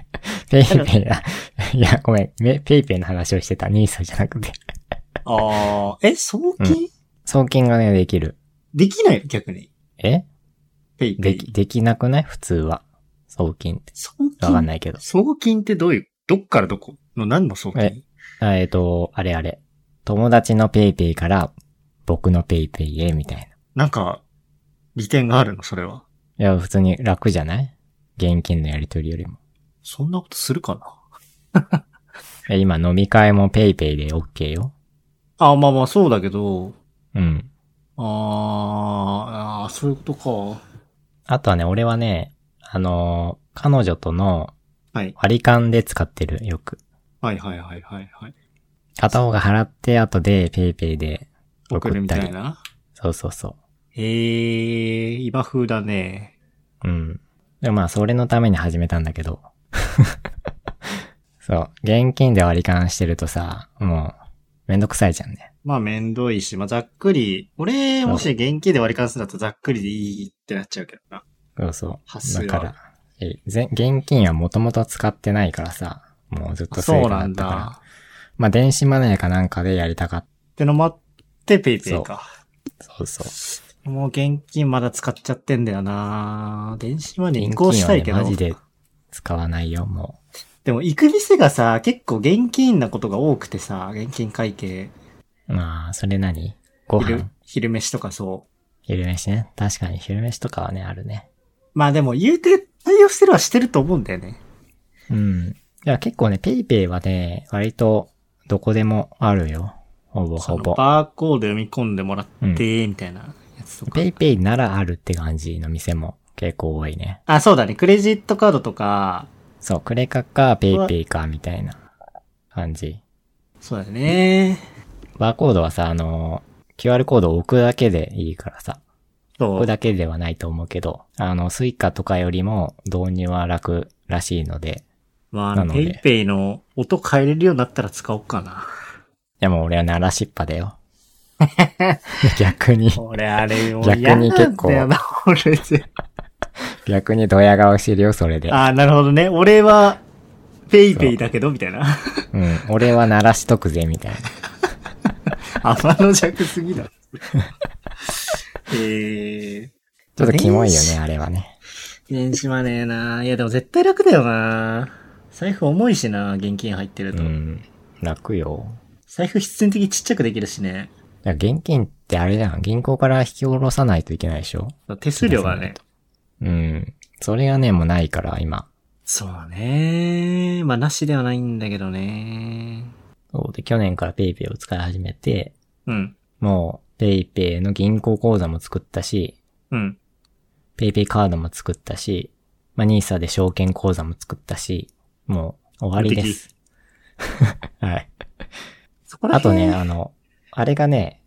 S1: ペイペイだ。いや、ごめん。めペイペイの話をしてた。ニーサじゃなくて。
S2: ああ、え、送金、
S1: 送金がね、できる。
S2: できない逆に。
S1: え
S2: ペイペ
S1: で
S2: イ。
S1: き、できなくない普通は。送金って。
S2: 送
S1: わかん
S2: 金
S1: ないけど。
S2: 送金ってどういう、どっからどこの何の送金
S1: えあえっ、と、あれあれ。友達のペイペイから、僕のペイペイへ、みたい
S2: なんか、利点があるのそれは。
S1: な。いや、普通に楽じゃない現金のやり取りよりも。
S2: そんなことするかない
S1: や今、飲み会もペイペイで OK よ。
S2: あ、まあまあそうだけど、
S1: うん。
S2: あーあー、そういうことか。
S1: あとはね、俺はね、あのー彼女との
S2: はい。
S1: 割り勘で使ってる、よく。
S2: はいはいはいはいはい。
S1: 片方が払って、後でペイペイで送
S2: 送
S1: ったり。
S2: るみたいな。
S1: そうそうそ
S2: えー、今風だね。
S1: う。うん。でもまあ、それのために始めたんだけど。 そう。現金で割り勘してるとさ、もう、めんどくさいじゃんね。
S2: まあめんどいし、まあざっくり、俺、もし現金で割り勘するんだったらざっくりでいいってなっちゃうけどな。
S1: そうそう。
S2: 発
S1: だ
S2: 想
S1: か
S2: は
S1: ら、え、ぜ現金はもともと使ってないからさ、もうずっと
S2: あ
S1: 成
S2: そう
S1: 果
S2: な
S1: だっ
S2: ん
S1: たから。
S2: だ。
S1: まあ、電子マネーかなんかでやりたかっ
S2: ってのもあって、ペイペイか。
S1: た。そうそう。
S2: もう現金まだ使っちゃってんだよな電子マネー移
S1: 現
S2: 行
S1: 金
S2: し
S1: は
S2: た
S1: ね
S2: いけど。
S1: マジで使わないよ、もう。
S2: でも行く店がさ、結構現金なことが多くてさ、現金会計、
S1: まあ、それ何ご
S2: 昼
S1: 飯、
S2: 昼飯とかそ
S1: 昼飯ね。確かに昼飯とかはね、あるね。
S2: う。まあでも言うて対応してるはしてると思うんだよね。
S1: うん。いや、結構ね、ペイペイはね、割とどこでもあるよ。ほぼ
S2: そ
S1: ほ
S2: の
S1: ぼ。
S2: バーコード読み込んでもらって、みたいなやつとか。
S1: ペイペイならあるって感じの店も結構多いね。
S2: あ、そうだね。クレジットカードとか、
S1: そう、クレカかペイペイかみたいな感じ。
S2: そうだね。
S1: バーコードはさ、あの、QR コードを置くだけでいいからさ。
S2: そ
S1: こ
S2: う
S1: こ。だけではないと思うけど、あの、スイカとかよりも導入は楽らしいので、
S2: ま
S1: な
S2: あ、
S1: の
S2: ペ
S1: で
S2: イペイの音変えれるようになったら使おうかな。
S1: いやもう俺は鳴らしっぱだ よ。逆に、
S2: 俺、あれ、もう
S1: 逆に
S2: 嫌なん
S1: 結構
S2: だよな、俺で。
S1: 逆にドヤ顔してるよ、それで。
S2: ああ、なるほどね。俺は、ペイペイだけど、みたいな。
S1: うん、俺は鳴らしとくぜ、みたいな。
S2: 天の弱すぎだ。えー。
S1: ちょっとキモいよ
S2: 電子
S1: ね、あれはね。
S2: 電子マネーな。いや、でも絶対楽だよな。財布重いしな、現金入ってる
S1: う
S2: と。
S1: ん、楽よ。
S2: 財布必然的にちっちゃくできるしね。
S1: いや現金ってあれじゃん、銀行から引き下ろさないといけないでしょ
S2: 手数料がね。
S1: うん。それがね、もうないから、今。
S2: そうね。まあ、なしではないんだけどね。
S1: そうで、去年から PayPay ペイペイを使い始めて、
S2: うん。
S1: もう、PayPay ペイペイの銀行口座も作ったし、
S2: うん。
S1: PayPay ペイペイカードも作ったし、まあ、NISA で証券口座も作ったし、もう、終わりです。 はい。
S2: そこら
S1: あと
S2: 辺
S1: ね、。あの、あれがね、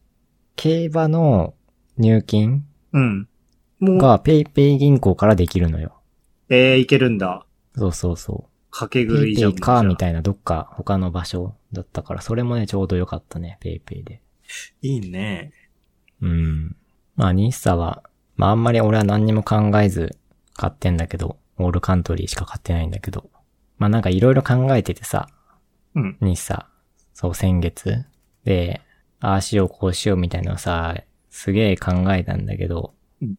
S1: 競馬の入金
S2: うん。もう、
S1: が PayPay ペイペイ銀行からできるのよ。
S2: えー、いけるんだ。
S1: そうそうそう。
S2: 掛け
S1: ペ
S2: 狂い
S1: イ
S2: じ
S1: ペ
S2: ゃん。
S1: イか、み
S2: い。
S1: たいな、どっか他の場所だったから、それもね、ちょうど良かったね、ペイペイで。
S2: いいね。
S1: うん。まあ、ニッサは、まあ、あんまり俺は何にも考えず買ってんだけど、オールカントリーしか買ってないんだけど。まあ、なんかいろいろ考えててさ、
S2: うん。
S1: ニッサ、そう、先月。で、ああしよう、こうしようみたいなのさ、すげえ考えたんだけど、
S2: うん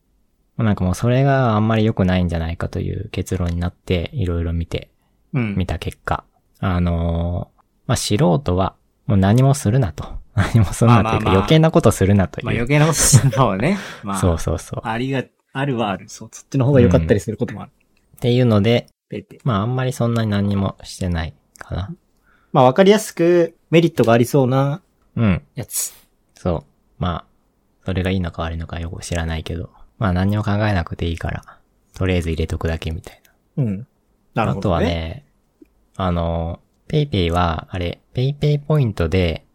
S1: まあなんかもうそれがあんまり良くないんじゃないかという結論になって、いろいろ見て、
S2: うん。
S1: 見た結果、あのーまあ、素人は、もう何もするなと。 何もするなというか、
S2: まあまあまあ
S1: 余計なことするなという。
S2: まあ、余計なことするのはね。まあ、
S1: そうそうそう。
S2: ありが、あるはある。そう、そっちの方が良かったりすることもある。
S1: っていうので、
S2: ペイペイ。
S1: まああんまりそんなに何もしてないかな。
S2: まあ、わかりやすくメリットがありそうな
S1: うん。
S2: やつ。
S1: そう。まあ、それがいいのか悪いのかよく知らないけど、まあ何も考えなくていいから、とりあえず入れとくだけみたいな。
S2: うん。なる
S1: あ
S2: ほ
S1: と
S2: ど、
S1: は
S2: ね。
S1: ね、あの、ペイペイは、あれ、ペイペイポイントで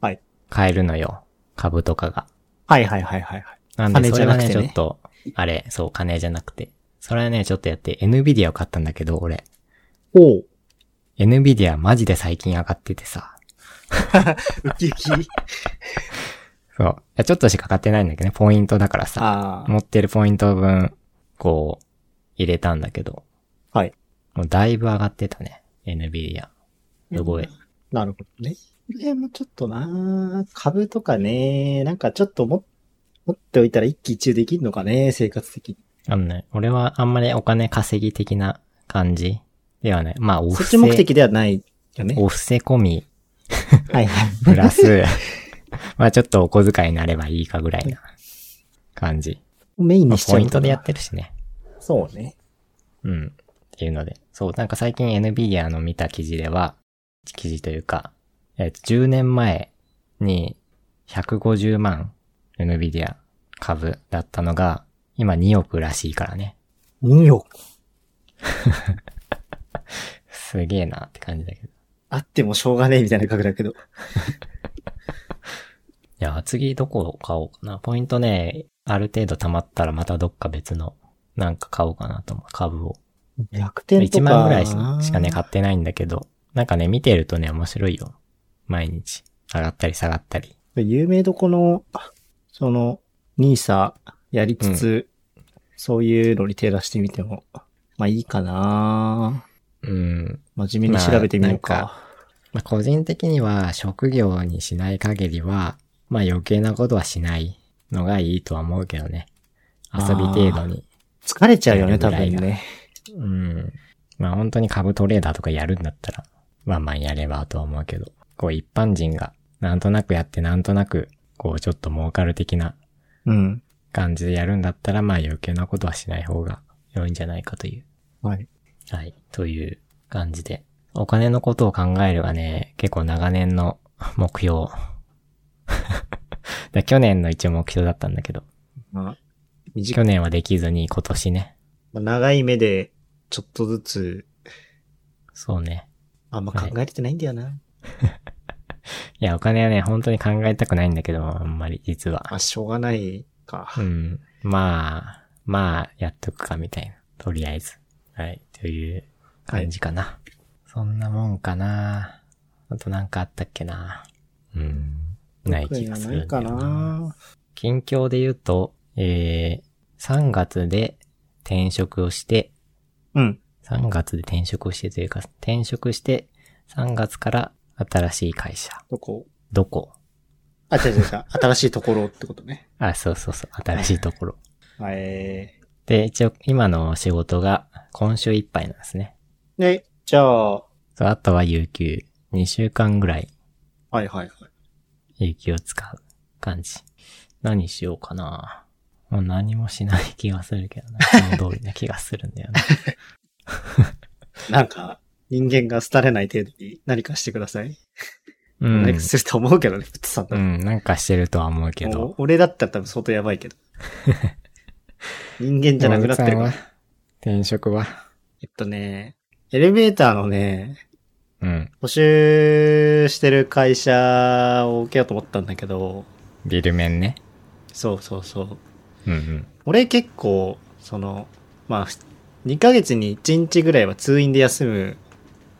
S2: はい、
S1: 買えるのよ。株とかが。
S2: はいはいはいはいはい。
S1: なんで、
S2: 金
S1: そ
S2: じ
S1: れ
S2: ゃ
S1: は
S2: なくて
S1: ね、
S2: ね
S1: ちょっと、あれ、そう、金じゃなくて。それはね、ちょっとやって、NVIDIA を買ったんだけど、俺。
S2: おう。
S1: NVIDIA マジで最近上がっててさ。
S2: ウキウキ。
S1: そう。いや、ちょっとしか買ってないんだけどね、ポイントだからさ。
S2: あ
S1: 持ってるポイント分、こう、入れたんだけど。
S2: はい。
S1: もうだいぶ上がってたね。NVIDIA。すごい。
S2: あ。なるほどね。でもちょっとな株とかね、なんかちょっとも持っておいたら一喜一憂できるのかね、生活的に。
S1: あのね、俺はあんまりお金稼ぎ的な感じではない。まあ、お
S2: そ
S1: 布
S2: っち目
S1: 施、
S2: 的ではないよね。
S1: お布施込み、
S2: はいはい。
S1: プラ ス、まあちょっとお小遣いになればいいかぐらいな感じ。
S2: メイン
S1: まあ
S2: にしちゃ
S1: ポ
S2: う
S1: イ
S2: の
S1: ン
S2: か
S1: ト
S2: な
S1: でやってるしね。
S2: そうね。
S1: うん。っていうので。そう、なんか最近 NVIDIA の見た記事では、記事というか、えっ、と、10年前に150万 NVIDIA 株だったのが、今2億らしいからね。
S2: 2億。
S1: すげえなって感じだけど。い
S2: あってもしょうがねえみたいな額だけど。
S1: や、次どこを買おうかな。ポイントね、ある程度貯まったらまたどっか別の、なんか買おうかなと思う。株を。
S2: 楽天とか。
S1: 1万ぐらいしかね、買ってないんだけど、なんかね、見てるとね、面白いよ。毎日。上がったり下がったり。
S2: 有名どこの、その、ニーサやりつつ、そういうのに手出してみても、まあいいかな
S1: うん。
S2: 真面目に調べてみようか。
S1: まあなんまあ、個人的には職業にしない限りは、まあ余計なことはしないのがいいとは思うけどね。遊び程度に。
S2: 疲れちゃうよね、
S1: やる
S2: 多
S1: ぐらい
S2: 分
S1: が
S2: ね。
S1: うん。まあ本当に株トレーダーとかやるんだったら、まあまあやればとは思うけど、こう一般人がなんとなくやってなんとなく、こうちょっと儲かる的な
S2: うん。
S1: 感じでやるんだったら、まあ余計なことはしない方が良いんじゃないかという。
S2: はい。
S1: はい。という感じで。お金のことを考えるがね、結構長年の 目標。で去年の一応目標だったんだけど、
S2: まあ、短
S1: 去
S2: い、
S1: 年はできずに今年ね。
S2: まあ長い目で、ちょっとずつ、
S1: そうね。
S2: あんま考えれてないんだよな。
S1: いや、お金はね、本当に考えたくないんだけど、あんまり実は。
S2: まあ、しょうがないか。
S1: うん。まあ、まあ、やっとくかみたいな。とりあえず。はい。という感じかな。そんなもんかな。あとなんかあったっけな。うん。ない
S2: 特
S1: 気
S2: に
S1: が
S2: は
S1: す
S2: な
S1: る
S2: い
S1: んだ
S2: か
S1: よな。
S2: な。
S1: 近況で言うと、えー、3月で転職をして、
S2: うん。
S1: 3月で転職をしてというか、転職して、3月から新しい会社。
S2: どこ
S1: どこ
S2: あ、違う違う違う。新しいところってことね。
S1: あ、そうそうそう、新しいところ。
S2: え
S1: で、一応、今の仕事が今週いっぱいなんですね。
S2: ー。で、じゃあ、は
S1: そうあとは有給。2週間ぐらい、
S2: いはいはい。
S1: 有給を使う感じ。何しようかな。もう何もしない気がするけどな。その通りな気がするんだよ ね。
S2: なんか、人間が廃れない程度に何かしてください。
S1: うん。
S2: 何かすると思うけどね、プッツさんだ
S1: う
S2: と
S1: ん、なんかしてるとは思うけど。
S2: お俺だったら多分相当やばいけど。人間じゃなくなってるから。
S1: 転職は
S2: えっとね、エレベーターのね、
S1: うん。
S2: 募集してる会社を受けようと思ったんだけど、
S1: ビルメンね。
S2: そうそうそう。
S1: うんうん。
S2: 俺結構、その、まあ、2ヶ月に1日ぐらいは通院で休む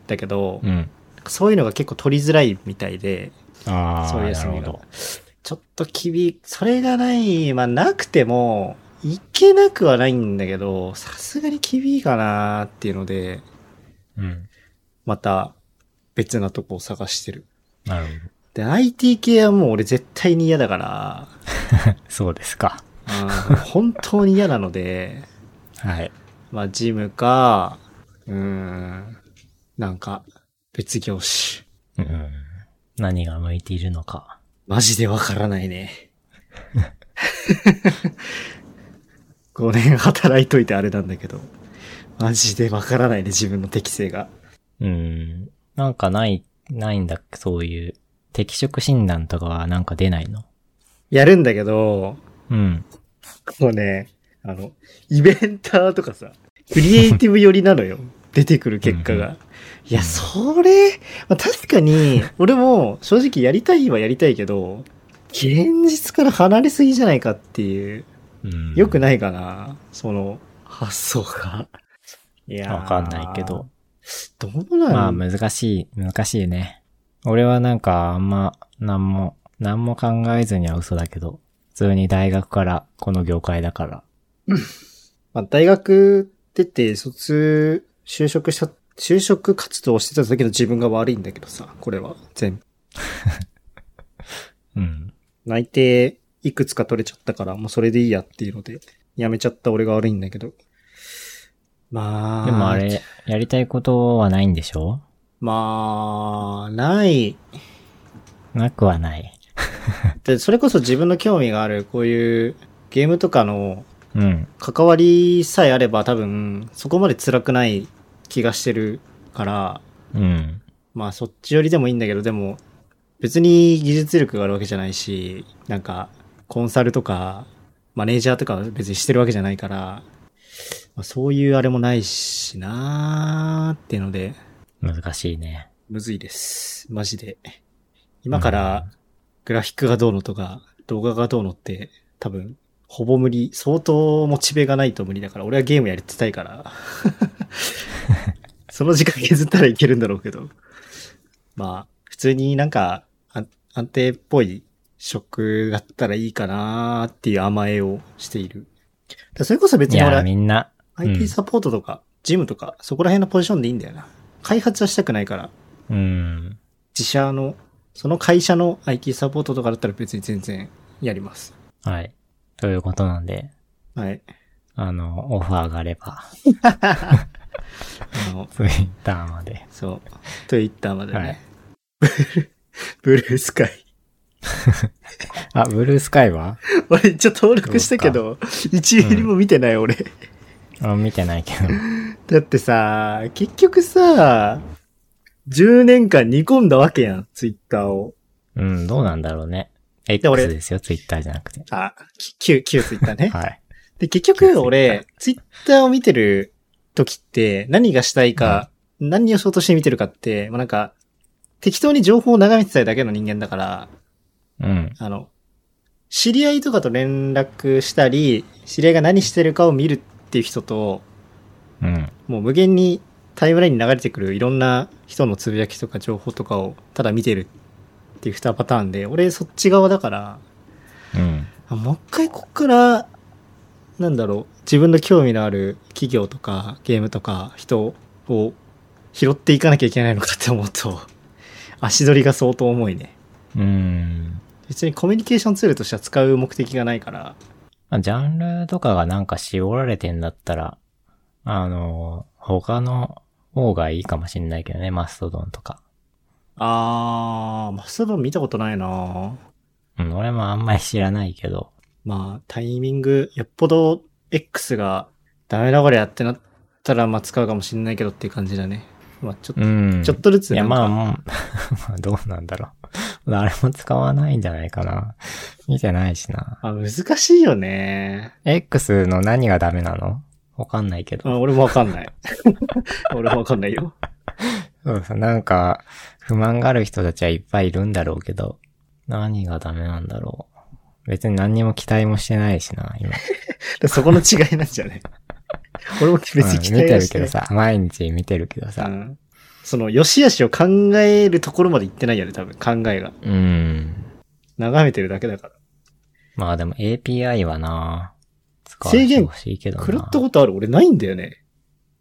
S2: んだけど、
S1: うん。
S2: そういうのが結構取りづらいみたいで、
S1: ああ、
S2: そういう
S1: な
S2: 休
S1: る
S2: み
S1: ほ
S2: が
S1: ど。
S2: ちょっと厳、それがない、まあなくても、いけなくはないんだけど、さすがに厳いかなっていうので、
S1: うん。
S2: また別なとこを探してる。
S1: なる
S2: で、IT 系はもう俺絶対に嫌だから、
S1: ほど。そうですか。
S2: うん本当に嫌なので、
S1: はい。
S2: まあジムか、うーん、なんか別業種。
S1: うん。何が向いているのか。
S2: マジでわからないね。5年働いといてあれなんだけど。マジでわからないね、自分の適性が。
S1: うん。なんかない、ないんだ、そういう。適職診断とかはなんか出ないの
S2: やるんだけど、
S1: うん。
S2: もうね、あの、イベンターとかさ、クリエイティブ寄りなのよ。出てくる結果
S1: うん
S2: が。いや、それ、まあ、確かに、俺も正直やりたいはやりたいけど、現実から離れすぎじゃないかっていう、
S1: うん。
S2: 良く
S1: な
S2: ないかな、その発想が。いやー
S1: わかんないけど。。
S2: どうなん
S1: まあ難しい、難しいね。俺はなんかあんま、なんも、なんも考えずには嘘だけど、普通に大学からこの業界だから、
S2: まあ、大学出て卒、就職した、就職活動をしてた時の自分が悪いんだけどさ、これは全部。
S1: うん。
S2: 内定いくつか取れちゃったから、もうそれでいいやっていうので、辞めちゃった俺が悪いんだけど。まあ、
S1: でもあれ、やりたいことはないんでしょ
S2: まあ、ない。
S1: なくはない。
S2: で、それこそ自分の興味がある、こういうゲームとかの
S1: うん。
S2: 関わりさえあれば多分、そこまで辛くない気がしてるから、
S1: うん。
S2: まあそっち寄りでもいいんだけど、でも別に技術力があるわけじゃないし、なんかコンサルとかマネージャーとかは別にしてるわけじゃないから、まあ、そういうあれもないしなーっていうので、
S1: 難しいね。
S2: むずいです。マジで。今からグラフィックがどうのとか動画がどうのって多分ほぼ無理、相当モチベがないと無理だから、俺はゲームやりてたいから。 その時間削ったらいけるんだろうけど。まあ、普通になんか安安定っぽい職だったらいいかなーっていう甘えをしている。だそれこそ別
S1: い
S2: に
S1: や、
S2: 俺
S1: みんな、うん
S2: IT サポートとか、ジムとか、そこら辺のポジションでいいんだよな。開発はしたくないから、
S1: うん。
S2: 自社の、その会社の IT サポートとかだったら別に全然やります。
S1: はい。ということなんで、
S2: はい。
S1: あの、オファーがあれば、
S2: あの、
S1: ツイッターまで。
S2: そう。Twitter までね。
S1: はい
S2: ブルースカイ。
S1: あ、ブルースカイは
S2: 俺一応登録したけど、1ミリも見てない俺。
S1: あ見てないけど。
S2: だってさ、結局さ、10年間煮込んだわけやん、Twitter を。
S1: うん、どうなんだろうね。
S2: で俺
S1: X ですよ、ツイッターじゃなくて。
S2: あ、き旧、旧 Twitter ね。
S1: はい。
S2: で、結局俺、ツイッターを見てる時って、何がしたいか、何をしようとして見てるかって、もうなんか、適当に情報を眺めてたいだけの人間だから、
S1: うん。
S2: あの、知り合いとかと連絡したり、知り合いが何してるかを見るっていう人と、
S1: うん。
S2: もう無限にタイムラインに流れてくるいろんな人のつぶやきとか情報とかをただ見てるっていう2パターンで、俺そっち側だから、
S1: うん。
S2: あもう一回こっから、なんだろう、自分の興味のある企業とかゲームとか人を拾っていかなきゃいけないのかって思うと、 足取りが相当重いね。
S1: うん。
S2: 別にコミュニケーションツールとしては使う目的がないから、
S1: まあジャンルとかがなんか絞られてんだったら、あの、他の方がいいかもしんないけどね、マストドンとか。
S2: あー、マストドン見たことないな
S1: うん、俺もあんまり知らないけど。
S2: まあ、タイミング、よっぽど X がダメだこりゃってなったら、まあ使うかもしんないけどっていう感じだね。まあちょ,、
S1: うん。
S2: ちょっとずつ
S1: い
S2: な
S1: や、
S2: んか
S1: まあもう、まあ どうなんだろう。誰も使わないんじゃないかな。見てないしな。
S2: あ難しいよね。
S1: X の何がダメなのわかんないけど。
S2: あ俺もわかん ない。俺もわかんないよ。
S1: そうそう、なんか、不満がある人たちはいっぱいいるんだろうけど、何がダメなんだろう。別に何にも期待もしてないしな、今。
S2: そこの違いなんじゃない俺も 別に期
S1: うん見
S2: 待
S1: て
S2: は
S1: る
S2: し
S1: け
S2: てな
S1: ど
S2: い。
S1: さ、毎日見てるけど
S2: う
S1: さ。
S2: んその、良し悪しを考えるところまで行ってないよね、多分。考えが。
S1: うん。
S2: 眺めてるだけだか
S1: まあでも API はな、使わ
S2: 制
S1: せて
S2: 限
S1: ほしいけど
S2: ら。
S1: な。
S2: 狂ったことある俺ないんだよね。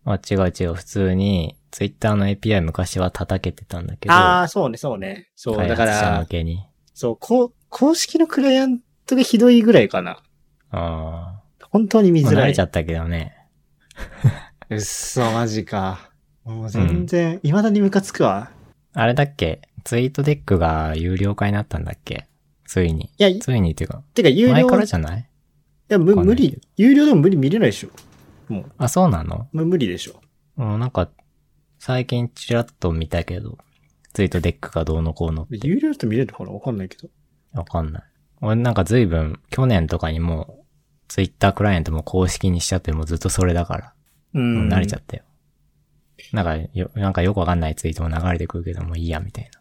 S1: あ、違う違う。普通に、ツイッターの API 昔は叩けてたんだけど、
S2: ああ、そうね、そうね。そう、
S1: 開
S2: だか
S1: 発者
S2: ら
S1: 向、けに。
S2: そう、こう、公式のクライアントがひどいぐらいかな。
S1: あ
S2: 本当に見
S1: あ。もう
S2: づ
S1: 慣
S2: ら
S1: れちゃ
S2: い。
S1: ったけどね。
S2: うっそ、マジか。もう全然、未だにムカつくわ。
S1: あれだっけツイートデックが有料化になったんだっけついに。
S2: いや、い
S1: ついにっていうか、
S2: てか有料、
S1: 前から
S2: い
S1: じゃない
S2: や、む無
S1: わかんないけ
S2: 理、有料でも無理見れないでしょ。も
S1: あ、そうなの
S2: う、もう無理でしょ。
S1: うん、なんか、最近ちらっと見たけど、ツイートデックがどうのこうのって。
S2: 有料だと見れるのかなわかんないけど。
S1: わかんない。俺なんか随分、去年とかにもう、ツイッタークライアントも公式にしちゃって、もうずっとそれだから。
S2: う。
S1: もうん慣れちゃったよ。なんかよ、なんかよくわかんないツイートも流れてくるけどもういいや、みたいな。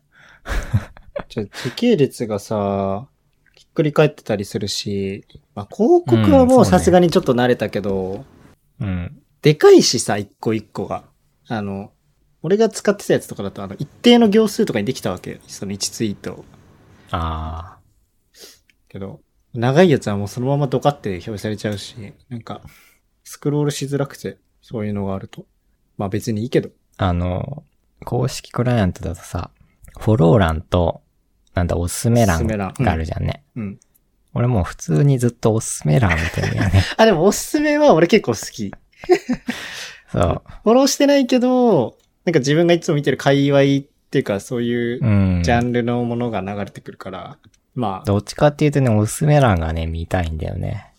S2: ちょ時系列がさ、ひっくり返ってたりするし、まあ、広告はも
S1: うんそう
S2: う
S1: ね
S2: さすがにちょっと慣れたけど、
S1: うん。
S2: でかいしさ、一個一個が。あの、俺が使ってたやつとかだと、あの、一定の行数とかにできたわけ。その1ツイート。
S1: あ
S2: けど、長いやつはもうそのままドカって表示されちゃうし、なんか、スクロールしづらくて、そういうのがあると。まあ別にいいけど。
S1: あ。あの、公式クライアントだとさ、フォロー欄と、なんだ、おすすめ
S2: お
S1: 欄
S2: すすめ欄
S1: があるじゃんね。
S2: うん。
S1: 俺もう普通にずっとおすすめ欄みたいなね。
S2: あ、でもおすすめは俺結構好き。
S1: そう。。
S2: フォローしてないけど、なんか自分がいつも見てる界隈っていうか、そういうううんジャンルのものが流れてくるから、ま
S1: どっちかっていうとね、おすすめ欄がね、見たいんだよね。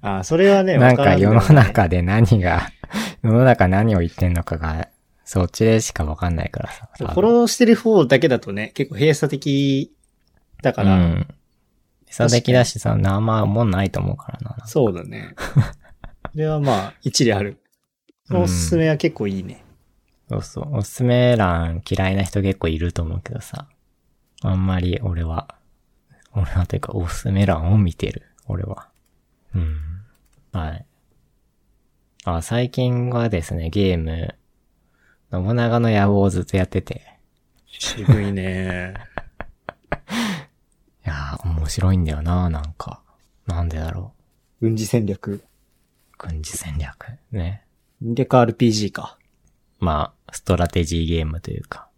S2: あ、あそれはね、
S1: なん
S2: わら
S1: か
S2: で
S1: 世
S2: も
S1: の
S2: ない
S1: 中で何が、 世の中何を言ってんのかが、そっちでしかわかんないからさ。
S2: フォローしてる方だけだとね、結構閉鎖的だから、
S1: うん。差的だしさ、生もんないと思うからな。
S2: そうだ ね。それはまあ、一理ある。そのおすすめは結構いいね。
S1: そうそう。おすすめ欄嫌いな人結構いると思うけどさ。あんまり俺は、俺はというかおすすめ欄を見てる。俺は。うん。はい。あ、最近はですね、ゲーム、信長の野望をずっとやってて。
S2: 渋 いね。
S1: いやー、面白いんだよな、なんか。なんでだろ
S2: 軍事戦略。
S1: う。軍事戦略。ね。
S2: 戦略 RPG か。
S1: まあ、ストラテジーゲームというか。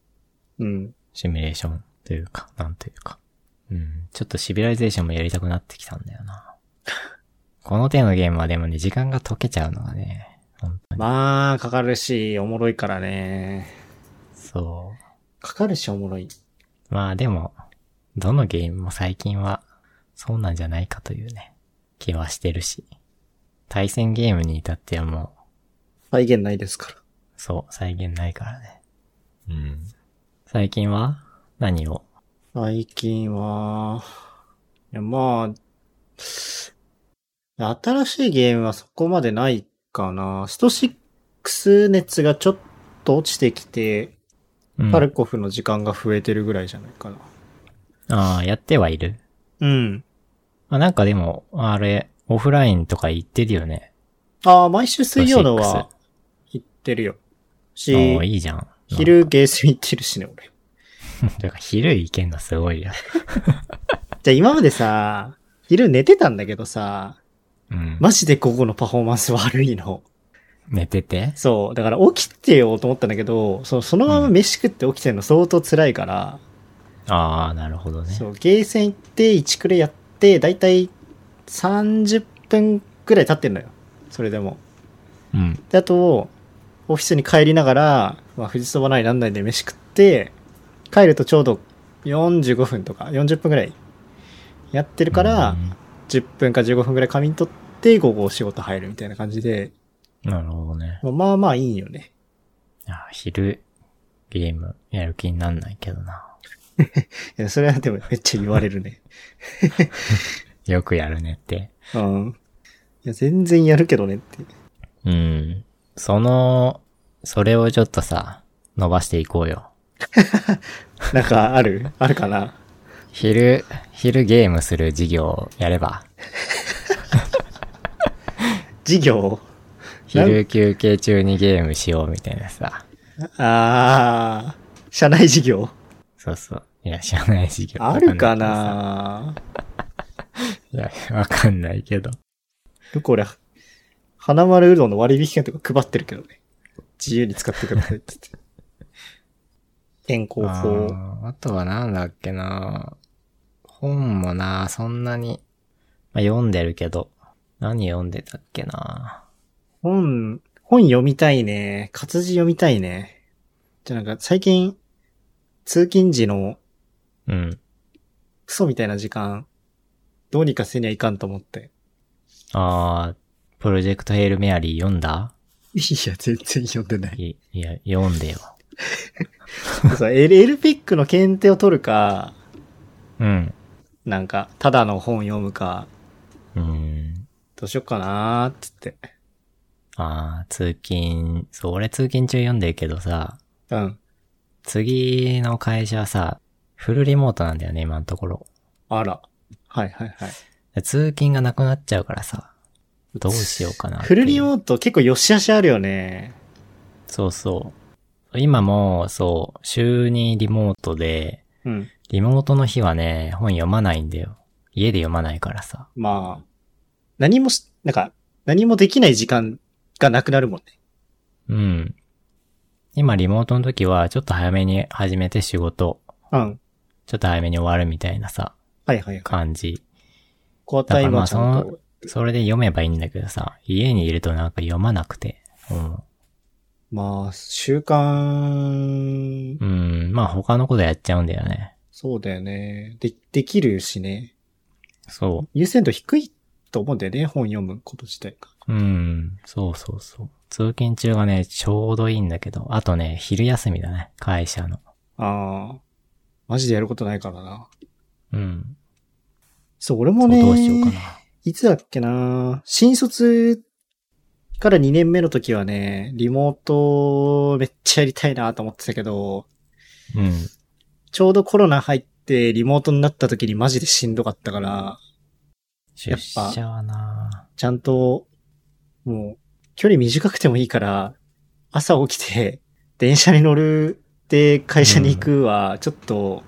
S2: うん。
S1: シミュレーションというか、なんというか。うん。ちょっとシビライゼーションもやりたくなってきたんだよな。 この手のゲームはでもね、時間が解けちゃうのがね、本当に。
S2: まあ、かかるし、おもろいからね。
S1: そ
S2: かかるし、おもろい。
S1: う。まあでも、どのゲームも最近は、そうなんじゃないかというね、気はしてるし。対戦ゲームに至ってはも
S2: 再現ないですから。
S1: う、そう、再現ないからね。うん。最近は何を
S2: 最近は、いや、まあ、新しいゲームはそこまでないかな。スト6熱がちょっと落ちてきて、
S1: うん
S2: パルコフの時間が増えてるぐらいじゃないかな。
S1: ああ、やってはいる
S2: うん。
S1: あ、なんかでも、あれ、オフラインとか行ってるよね。
S2: ああ、毎週水曜のは行ってるよ。し、
S1: もういいじゃん。
S2: 昼ゲーセン行ってるしね、俺。
S1: なんか。だから昼行けんのすごいや。
S2: じゃあ今までさ、昼寝てたんだけどさ、
S1: うん。
S2: マジで午後のパフォーマンス悪いの。
S1: 寝てて
S2: そう。だから起きてようと思ったんだけど、そのそのまま飯食って起きてるの相当辛いから、
S1: ああ、なるほどね。
S2: そう、ゲーセン行って1クレやって、だいたい30分くらい経ってんのよ。それでも。
S1: うん。
S2: で、あと、オフィスに帰りながら、まあ、富士そばなりなんないで飯食って、帰るとちょうど45分とか40分くらいやってるから
S1: う、ん
S2: 10分か15分くらい仮眠取って、午後仕事入るみたいな感じで、
S1: なるほどね。
S2: まあまあまあいいよね。
S1: あ昼、ゲームやる気になんないけどな。
S2: いや、それはでもめっちゃ言われるね。
S1: よくやるねって。
S2: うん。いや、全然やるけどねって。
S1: うん。その、それをちょっとさ、伸ばしていこうよ。
S2: なんか あるあるかな
S1: 昼、昼ゲームする授業をやれば。
S2: 授業
S1: 昼休憩中にゲームしようみたいなさ。
S2: あー、社内授業
S1: そうそう。いや、知らない授業。
S2: あるかない
S1: や、わかんないけど。
S2: よく俺、花丸うどんの割引券とか配ってるけどね。自由に使ってくださいって言って。 健康
S1: あ
S2: 法。
S1: ーあとはなんだっけな本もなそんなに、まあ、読んでるけど、何読んでたっけな
S2: 本、本読みたいね。活字読みたいね。じゃあなんか最近、通勤時の
S1: うん。
S2: クソみたいな時間、どうにかせにはいかんと思って。
S1: ああ、プロジェクトヘイルメアリー読んだ
S2: いや、全然読んでない。
S1: いいや、読んでよ。
S2: そう、L- LPIC の検定を取るか、
S1: うん。
S2: なんか、ただの本読むか、
S1: うん。
S2: どうしよっかなーってって。
S1: ああ、通勤、そう、俺通勤中読んでるけどさ、
S2: うん。
S1: 次の会社はさ、フルリモートなんだよね、今のところ。
S2: あら。はいはいはい。
S1: 通勤がなくなっちゃうからさ、どうしようかなってい
S2: フ
S1: う。
S2: ルリモート結構良し悪しあるよね。
S1: そうそう。今も、そう、週にリモートで、
S2: うん。
S1: リモートの日はね、本読まないんだよ。家で読まないからさ。
S2: まあ、何もし、なんか、何もできない時間がなくなるもんね。
S1: うん。今、リモートの時は、ちょっと早めに始めて仕事、
S2: うん。
S1: ちょっと早めに終わるみたいなさ、
S2: はいはいはい。
S1: 感じ。
S2: コアタイムはちゃん
S1: だからまあそ
S2: と。
S1: それで読めばいいんだけどさ、家にいるとなんか読まなくて。うん。
S2: まあ、習慣、
S1: うん、まあ他のことやっちゃうんだよね。
S2: そうだよね。で、できるしね。
S1: そ
S2: 優先度低いと思うんだよね、本読むこと自体が。
S1: う。うん、そうそうそう。通勤中がね、ちょうどいいんだけど、あとね、昼休みだね、会社の。
S2: ああ、マジでやることないからな。
S1: うん。
S2: そう、俺
S1: そ
S2: も
S1: う
S2: ね、
S1: どうしようかな。
S2: いつだっけな新卒から2年目の時はね、リモートめっちゃやりたいなと思ってたけど、
S1: うん。
S2: ちょうどコロナ入ってリモートになった時にマジでしんどかったから、
S1: 出社はな
S2: ちゃんと、もう、距離短くてもいいから、朝起きて、電車に乗るで会社に行くは、ちょっと、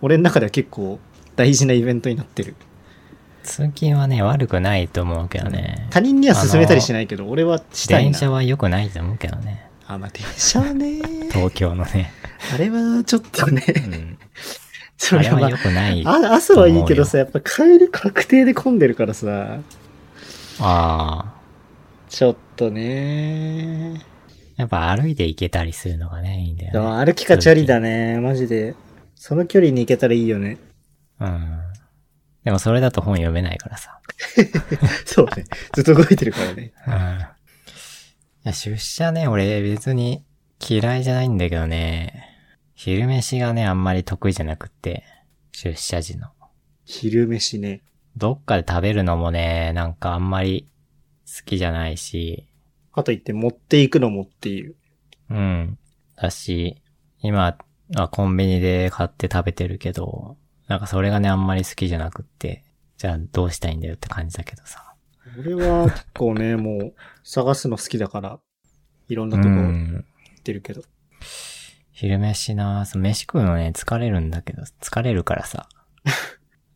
S2: 俺の中では結構大事なイベントになってる。
S1: 通勤はね、悪くないと思うけどね。
S2: 他人には勧めたりしないけど、俺はしたい
S1: 電
S2: な。
S1: 車は良くないと思うけどね。
S2: あ、まあ、電車はね、
S1: 東京のね。
S2: あれはちょっと
S1: う
S2: ね、
S1: ん。
S2: そ
S1: あ
S2: れ
S1: れ
S2: は、ま
S1: は
S2: あ
S1: 良くない。あ
S2: あ、朝はいいけどさ、やっぱ帰り確定で混んでるからさ、
S1: あ
S2: ちょっとね、
S1: ー。やっぱ歩いて行けたりするのがね、いいんだ
S2: でも
S1: よね。
S2: 歩きかチャリだね、マジで。その距離に行けたらいいよね。
S1: うん。でもそれだと本読めないからさ。
S2: そうね。ずっと動いてるからね。
S1: うんいや、出社ね、俺別に嫌いじゃないんだけどね、昼飯がね、あんまり得意じゃなくって、出社時の。
S2: 昼飯ね。
S1: どっかで食べるのもね、なんかあんまり好きじゃないし、
S2: かといって持っていくのもっていう。
S1: うん。だし、今はコンビニで買って食べてるけど、なんかそれがね、あんまり好きじゃなくって、じゃあどうしたいんだよって感じだけどさ。
S2: 俺は結構ね、もう探すの好きだから、いろんな
S1: う
S2: とこ行
S1: ん。
S2: ってるけど。
S1: 昼飯なそう飯食うのね、疲れるんだけど、疲れるから さ。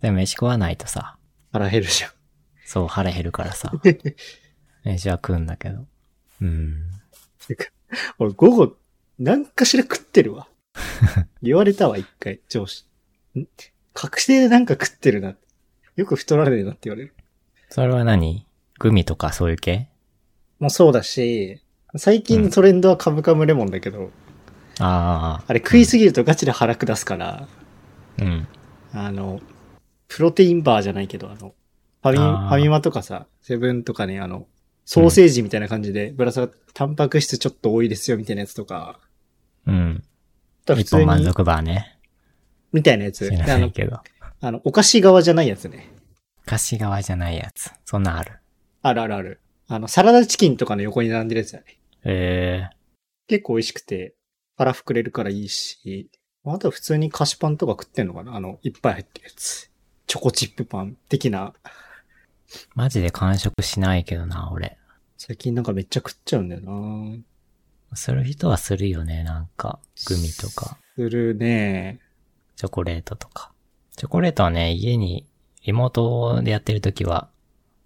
S1: でも飯食わないとさ、
S2: 腹減るじゃん。
S1: そう腹減るから さ。飯は食うんだけど。うん。
S2: 俺午後、何かしら食っ てるわ。言われたわ、一回、上司。ん確定で何か食ってるな。よく太られるなって言われる。
S1: それは何グミとかそういう系
S2: もうそうだし、最近のトレンドはカムカムレモンだけど、
S1: あ
S2: あれ食いすぎるとガチで腹下すから、
S1: あ、うん。
S2: あの、プロテインバーじゃないけど、あの、ファミ、フ
S1: あー
S2: ァミマとかさ、セブンとかね、あの、ソーセージみたいな感じで、ぶら下がって、タンパク質ちょっと多いですよ、みたいなやつとか、
S1: うん。
S2: ただ普
S1: 一
S2: 通
S1: 本満
S2: に、
S1: 足バーね。
S2: みたいなやつ。
S1: 知
S2: で
S1: ら
S2: あ
S1: ない
S2: の、
S1: けど。
S2: あの、お菓子側じゃないやつね。
S1: 菓子側じゃないやつ。そんなんある。
S2: あるあるある。あの、サラダチキンとかの横に並んでるやつだね。
S1: え
S2: 結構美味しくて、腹膨れるからいいし、あとは普通に菓子パンとか食ってんのかなあの、いっぱい入ってるやつ。チョコチップパン的な。
S1: ー、マジで完食しないけどな、俺。
S2: 最近なんかめっちゃ食っちゃうんだよな
S1: する人はするよね、なんか。グミとか、
S2: するね
S1: チョコレートとか。チョコレートはね、家に、リモートでやってるときは、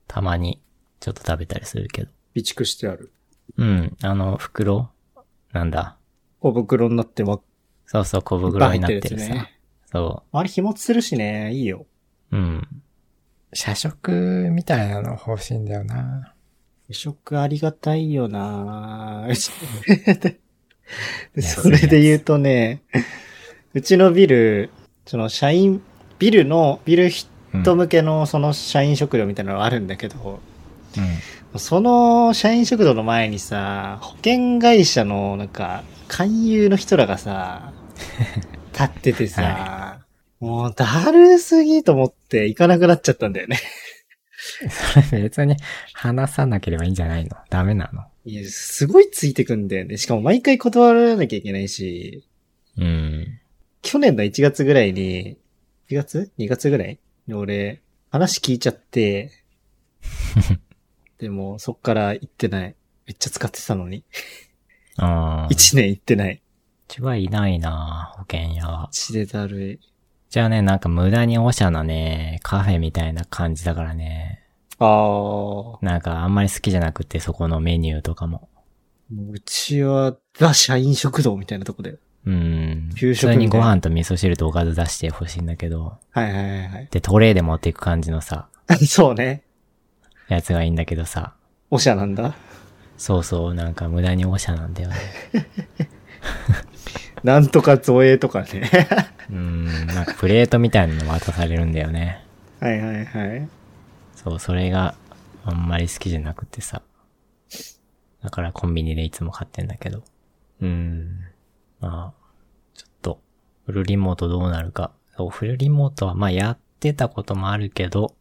S1: たまに、ちょっと食べたりするけど。
S2: 備蓄してある。
S1: うん、あの、袋なんだ。
S2: 小袋になってわ
S1: そうそう、小
S2: いっぱ
S1: 袋
S2: い
S1: になっ
S2: 入
S1: て
S2: ってる
S1: る
S2: やつ
S1: さ。
S2: ね。
S1: そ
S2: あれ日持ちするしね、いいよ。
S1: う。うん。社食みたいなの欲しいんだよな。
S2: 移食ありがたいよな
S1: いや
S2: それで言うとね、うちのビル、その社員、ビルの、ビル人
S1: うん。
S2: 向けのその社員食堂みたいなのがあるんだけど、
S1: うん
S2: その社員食堂の前にさ、保険会社のなんか、勧誘の人らがさ、立っててさ、もうだるすぎと思って行かなくなっちゃったんだよね。
S1: 別に話さなければいいんじゃないのダメなの
S2: いや、すごいついてくんだよね。しかも毎回断らなきゃいけないし、
S1: うん。
S2: 去年の1月ぐらいに、1月 ?2 月ぐらいに俺、話聞いちゃって、でもそっから行ってない。めっちゃ使ってたのに。
S1: ああ。う
S2: 1年行ってない。
S1: ちはいないな保険屋は。
S2: 血でだるい。
S1: じゃあね、なんか無駄におしゃなね、カフェみたいな感じだからね。
S2: あー。
S1: なんかあんまり好きじゃなくて、そこのメニューとかも。
S2: うちは、ザ社員食堂みたいなとこだよ。
S1: うん。
S2: 給
S1: そ
S2: 食みたいな
S1: れにご飯と味噌汁とおかず出してほしいんだけど。
S2: はいはいはい
S1: で、トレーで持っていく感じのさ、
S2: はい。 そうね。
S1: やつがいいんだけどさ。
S2: おしゃなんだ。
S1: そうそう、なんか無駄におしゃなんだよね。
S2: なんとか造営とかね。
S1: うん。なんかプレートみたいなの渡されるんだよね。
S2: はいはいはい。
S1: そう、それがあんまり好きじゃなくてさ。だからコンビニでいつも買ってんだけど。うん。まあ、ちょっと、フルリモートどうなるか。そうフルリモートはまあやってたこともあるけど、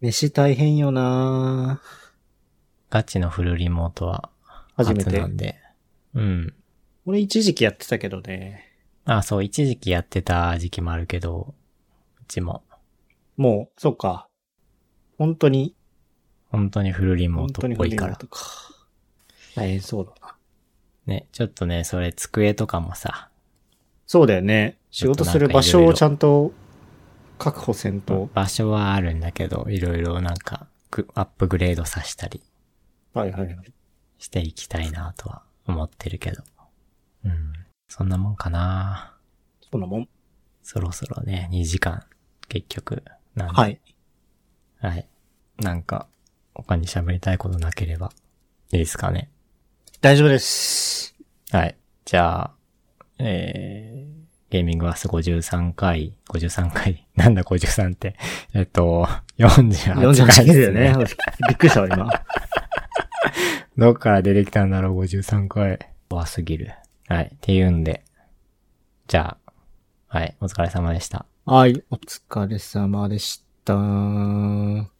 S2: 飯大変よな
S1: ガチのフルリモートは
S2: 初めて
S1: な。んで。うん。
S2: 俺一時期やってたけどね。
S1: あ、そう、一時期やってた時期もあるけど、うちも、
S2: もう、そっか。本当に
S1: 本当にフルリモ
S2: 本
S1: ー
S2: 当
S1: トっ
S2: に
S1: ぽいから。
S2: とか。大変そうだな。
S1: ね、ちょっとね、それ机とかもさ、
S2: そうだよね。仕事する場所をちゃんと確保せんと。
S1: 場所はあるんだけど、いろいろなんか、グアップグレードさせたり
S2: はいはいはい。
S1: していきたいなとは思ってるけど。うん。そんなもんかな
S2: そんなもん。
S1: そろそろね、2時間、結局。なんで。
S2: はい。
S1: はい。なんか、他に喋りたいことなければ、いいですかね。
S2: 大丈夫です。
S1: はい。じゃあ、えー、ゲーミングはス53回、53回、 なんだ53って、えっと、48
S2: 48
S1: 回
S2: 回
S1: で
S2: だ
S1: す
S2: よね。。 びっくりしたわ、今。
S1: どっから出てきたんだろう、53回。怖すぎる。はい。っていうんで。じゃあ、はい。お疲れ様でした。
S2: はい。お疲れ様でした。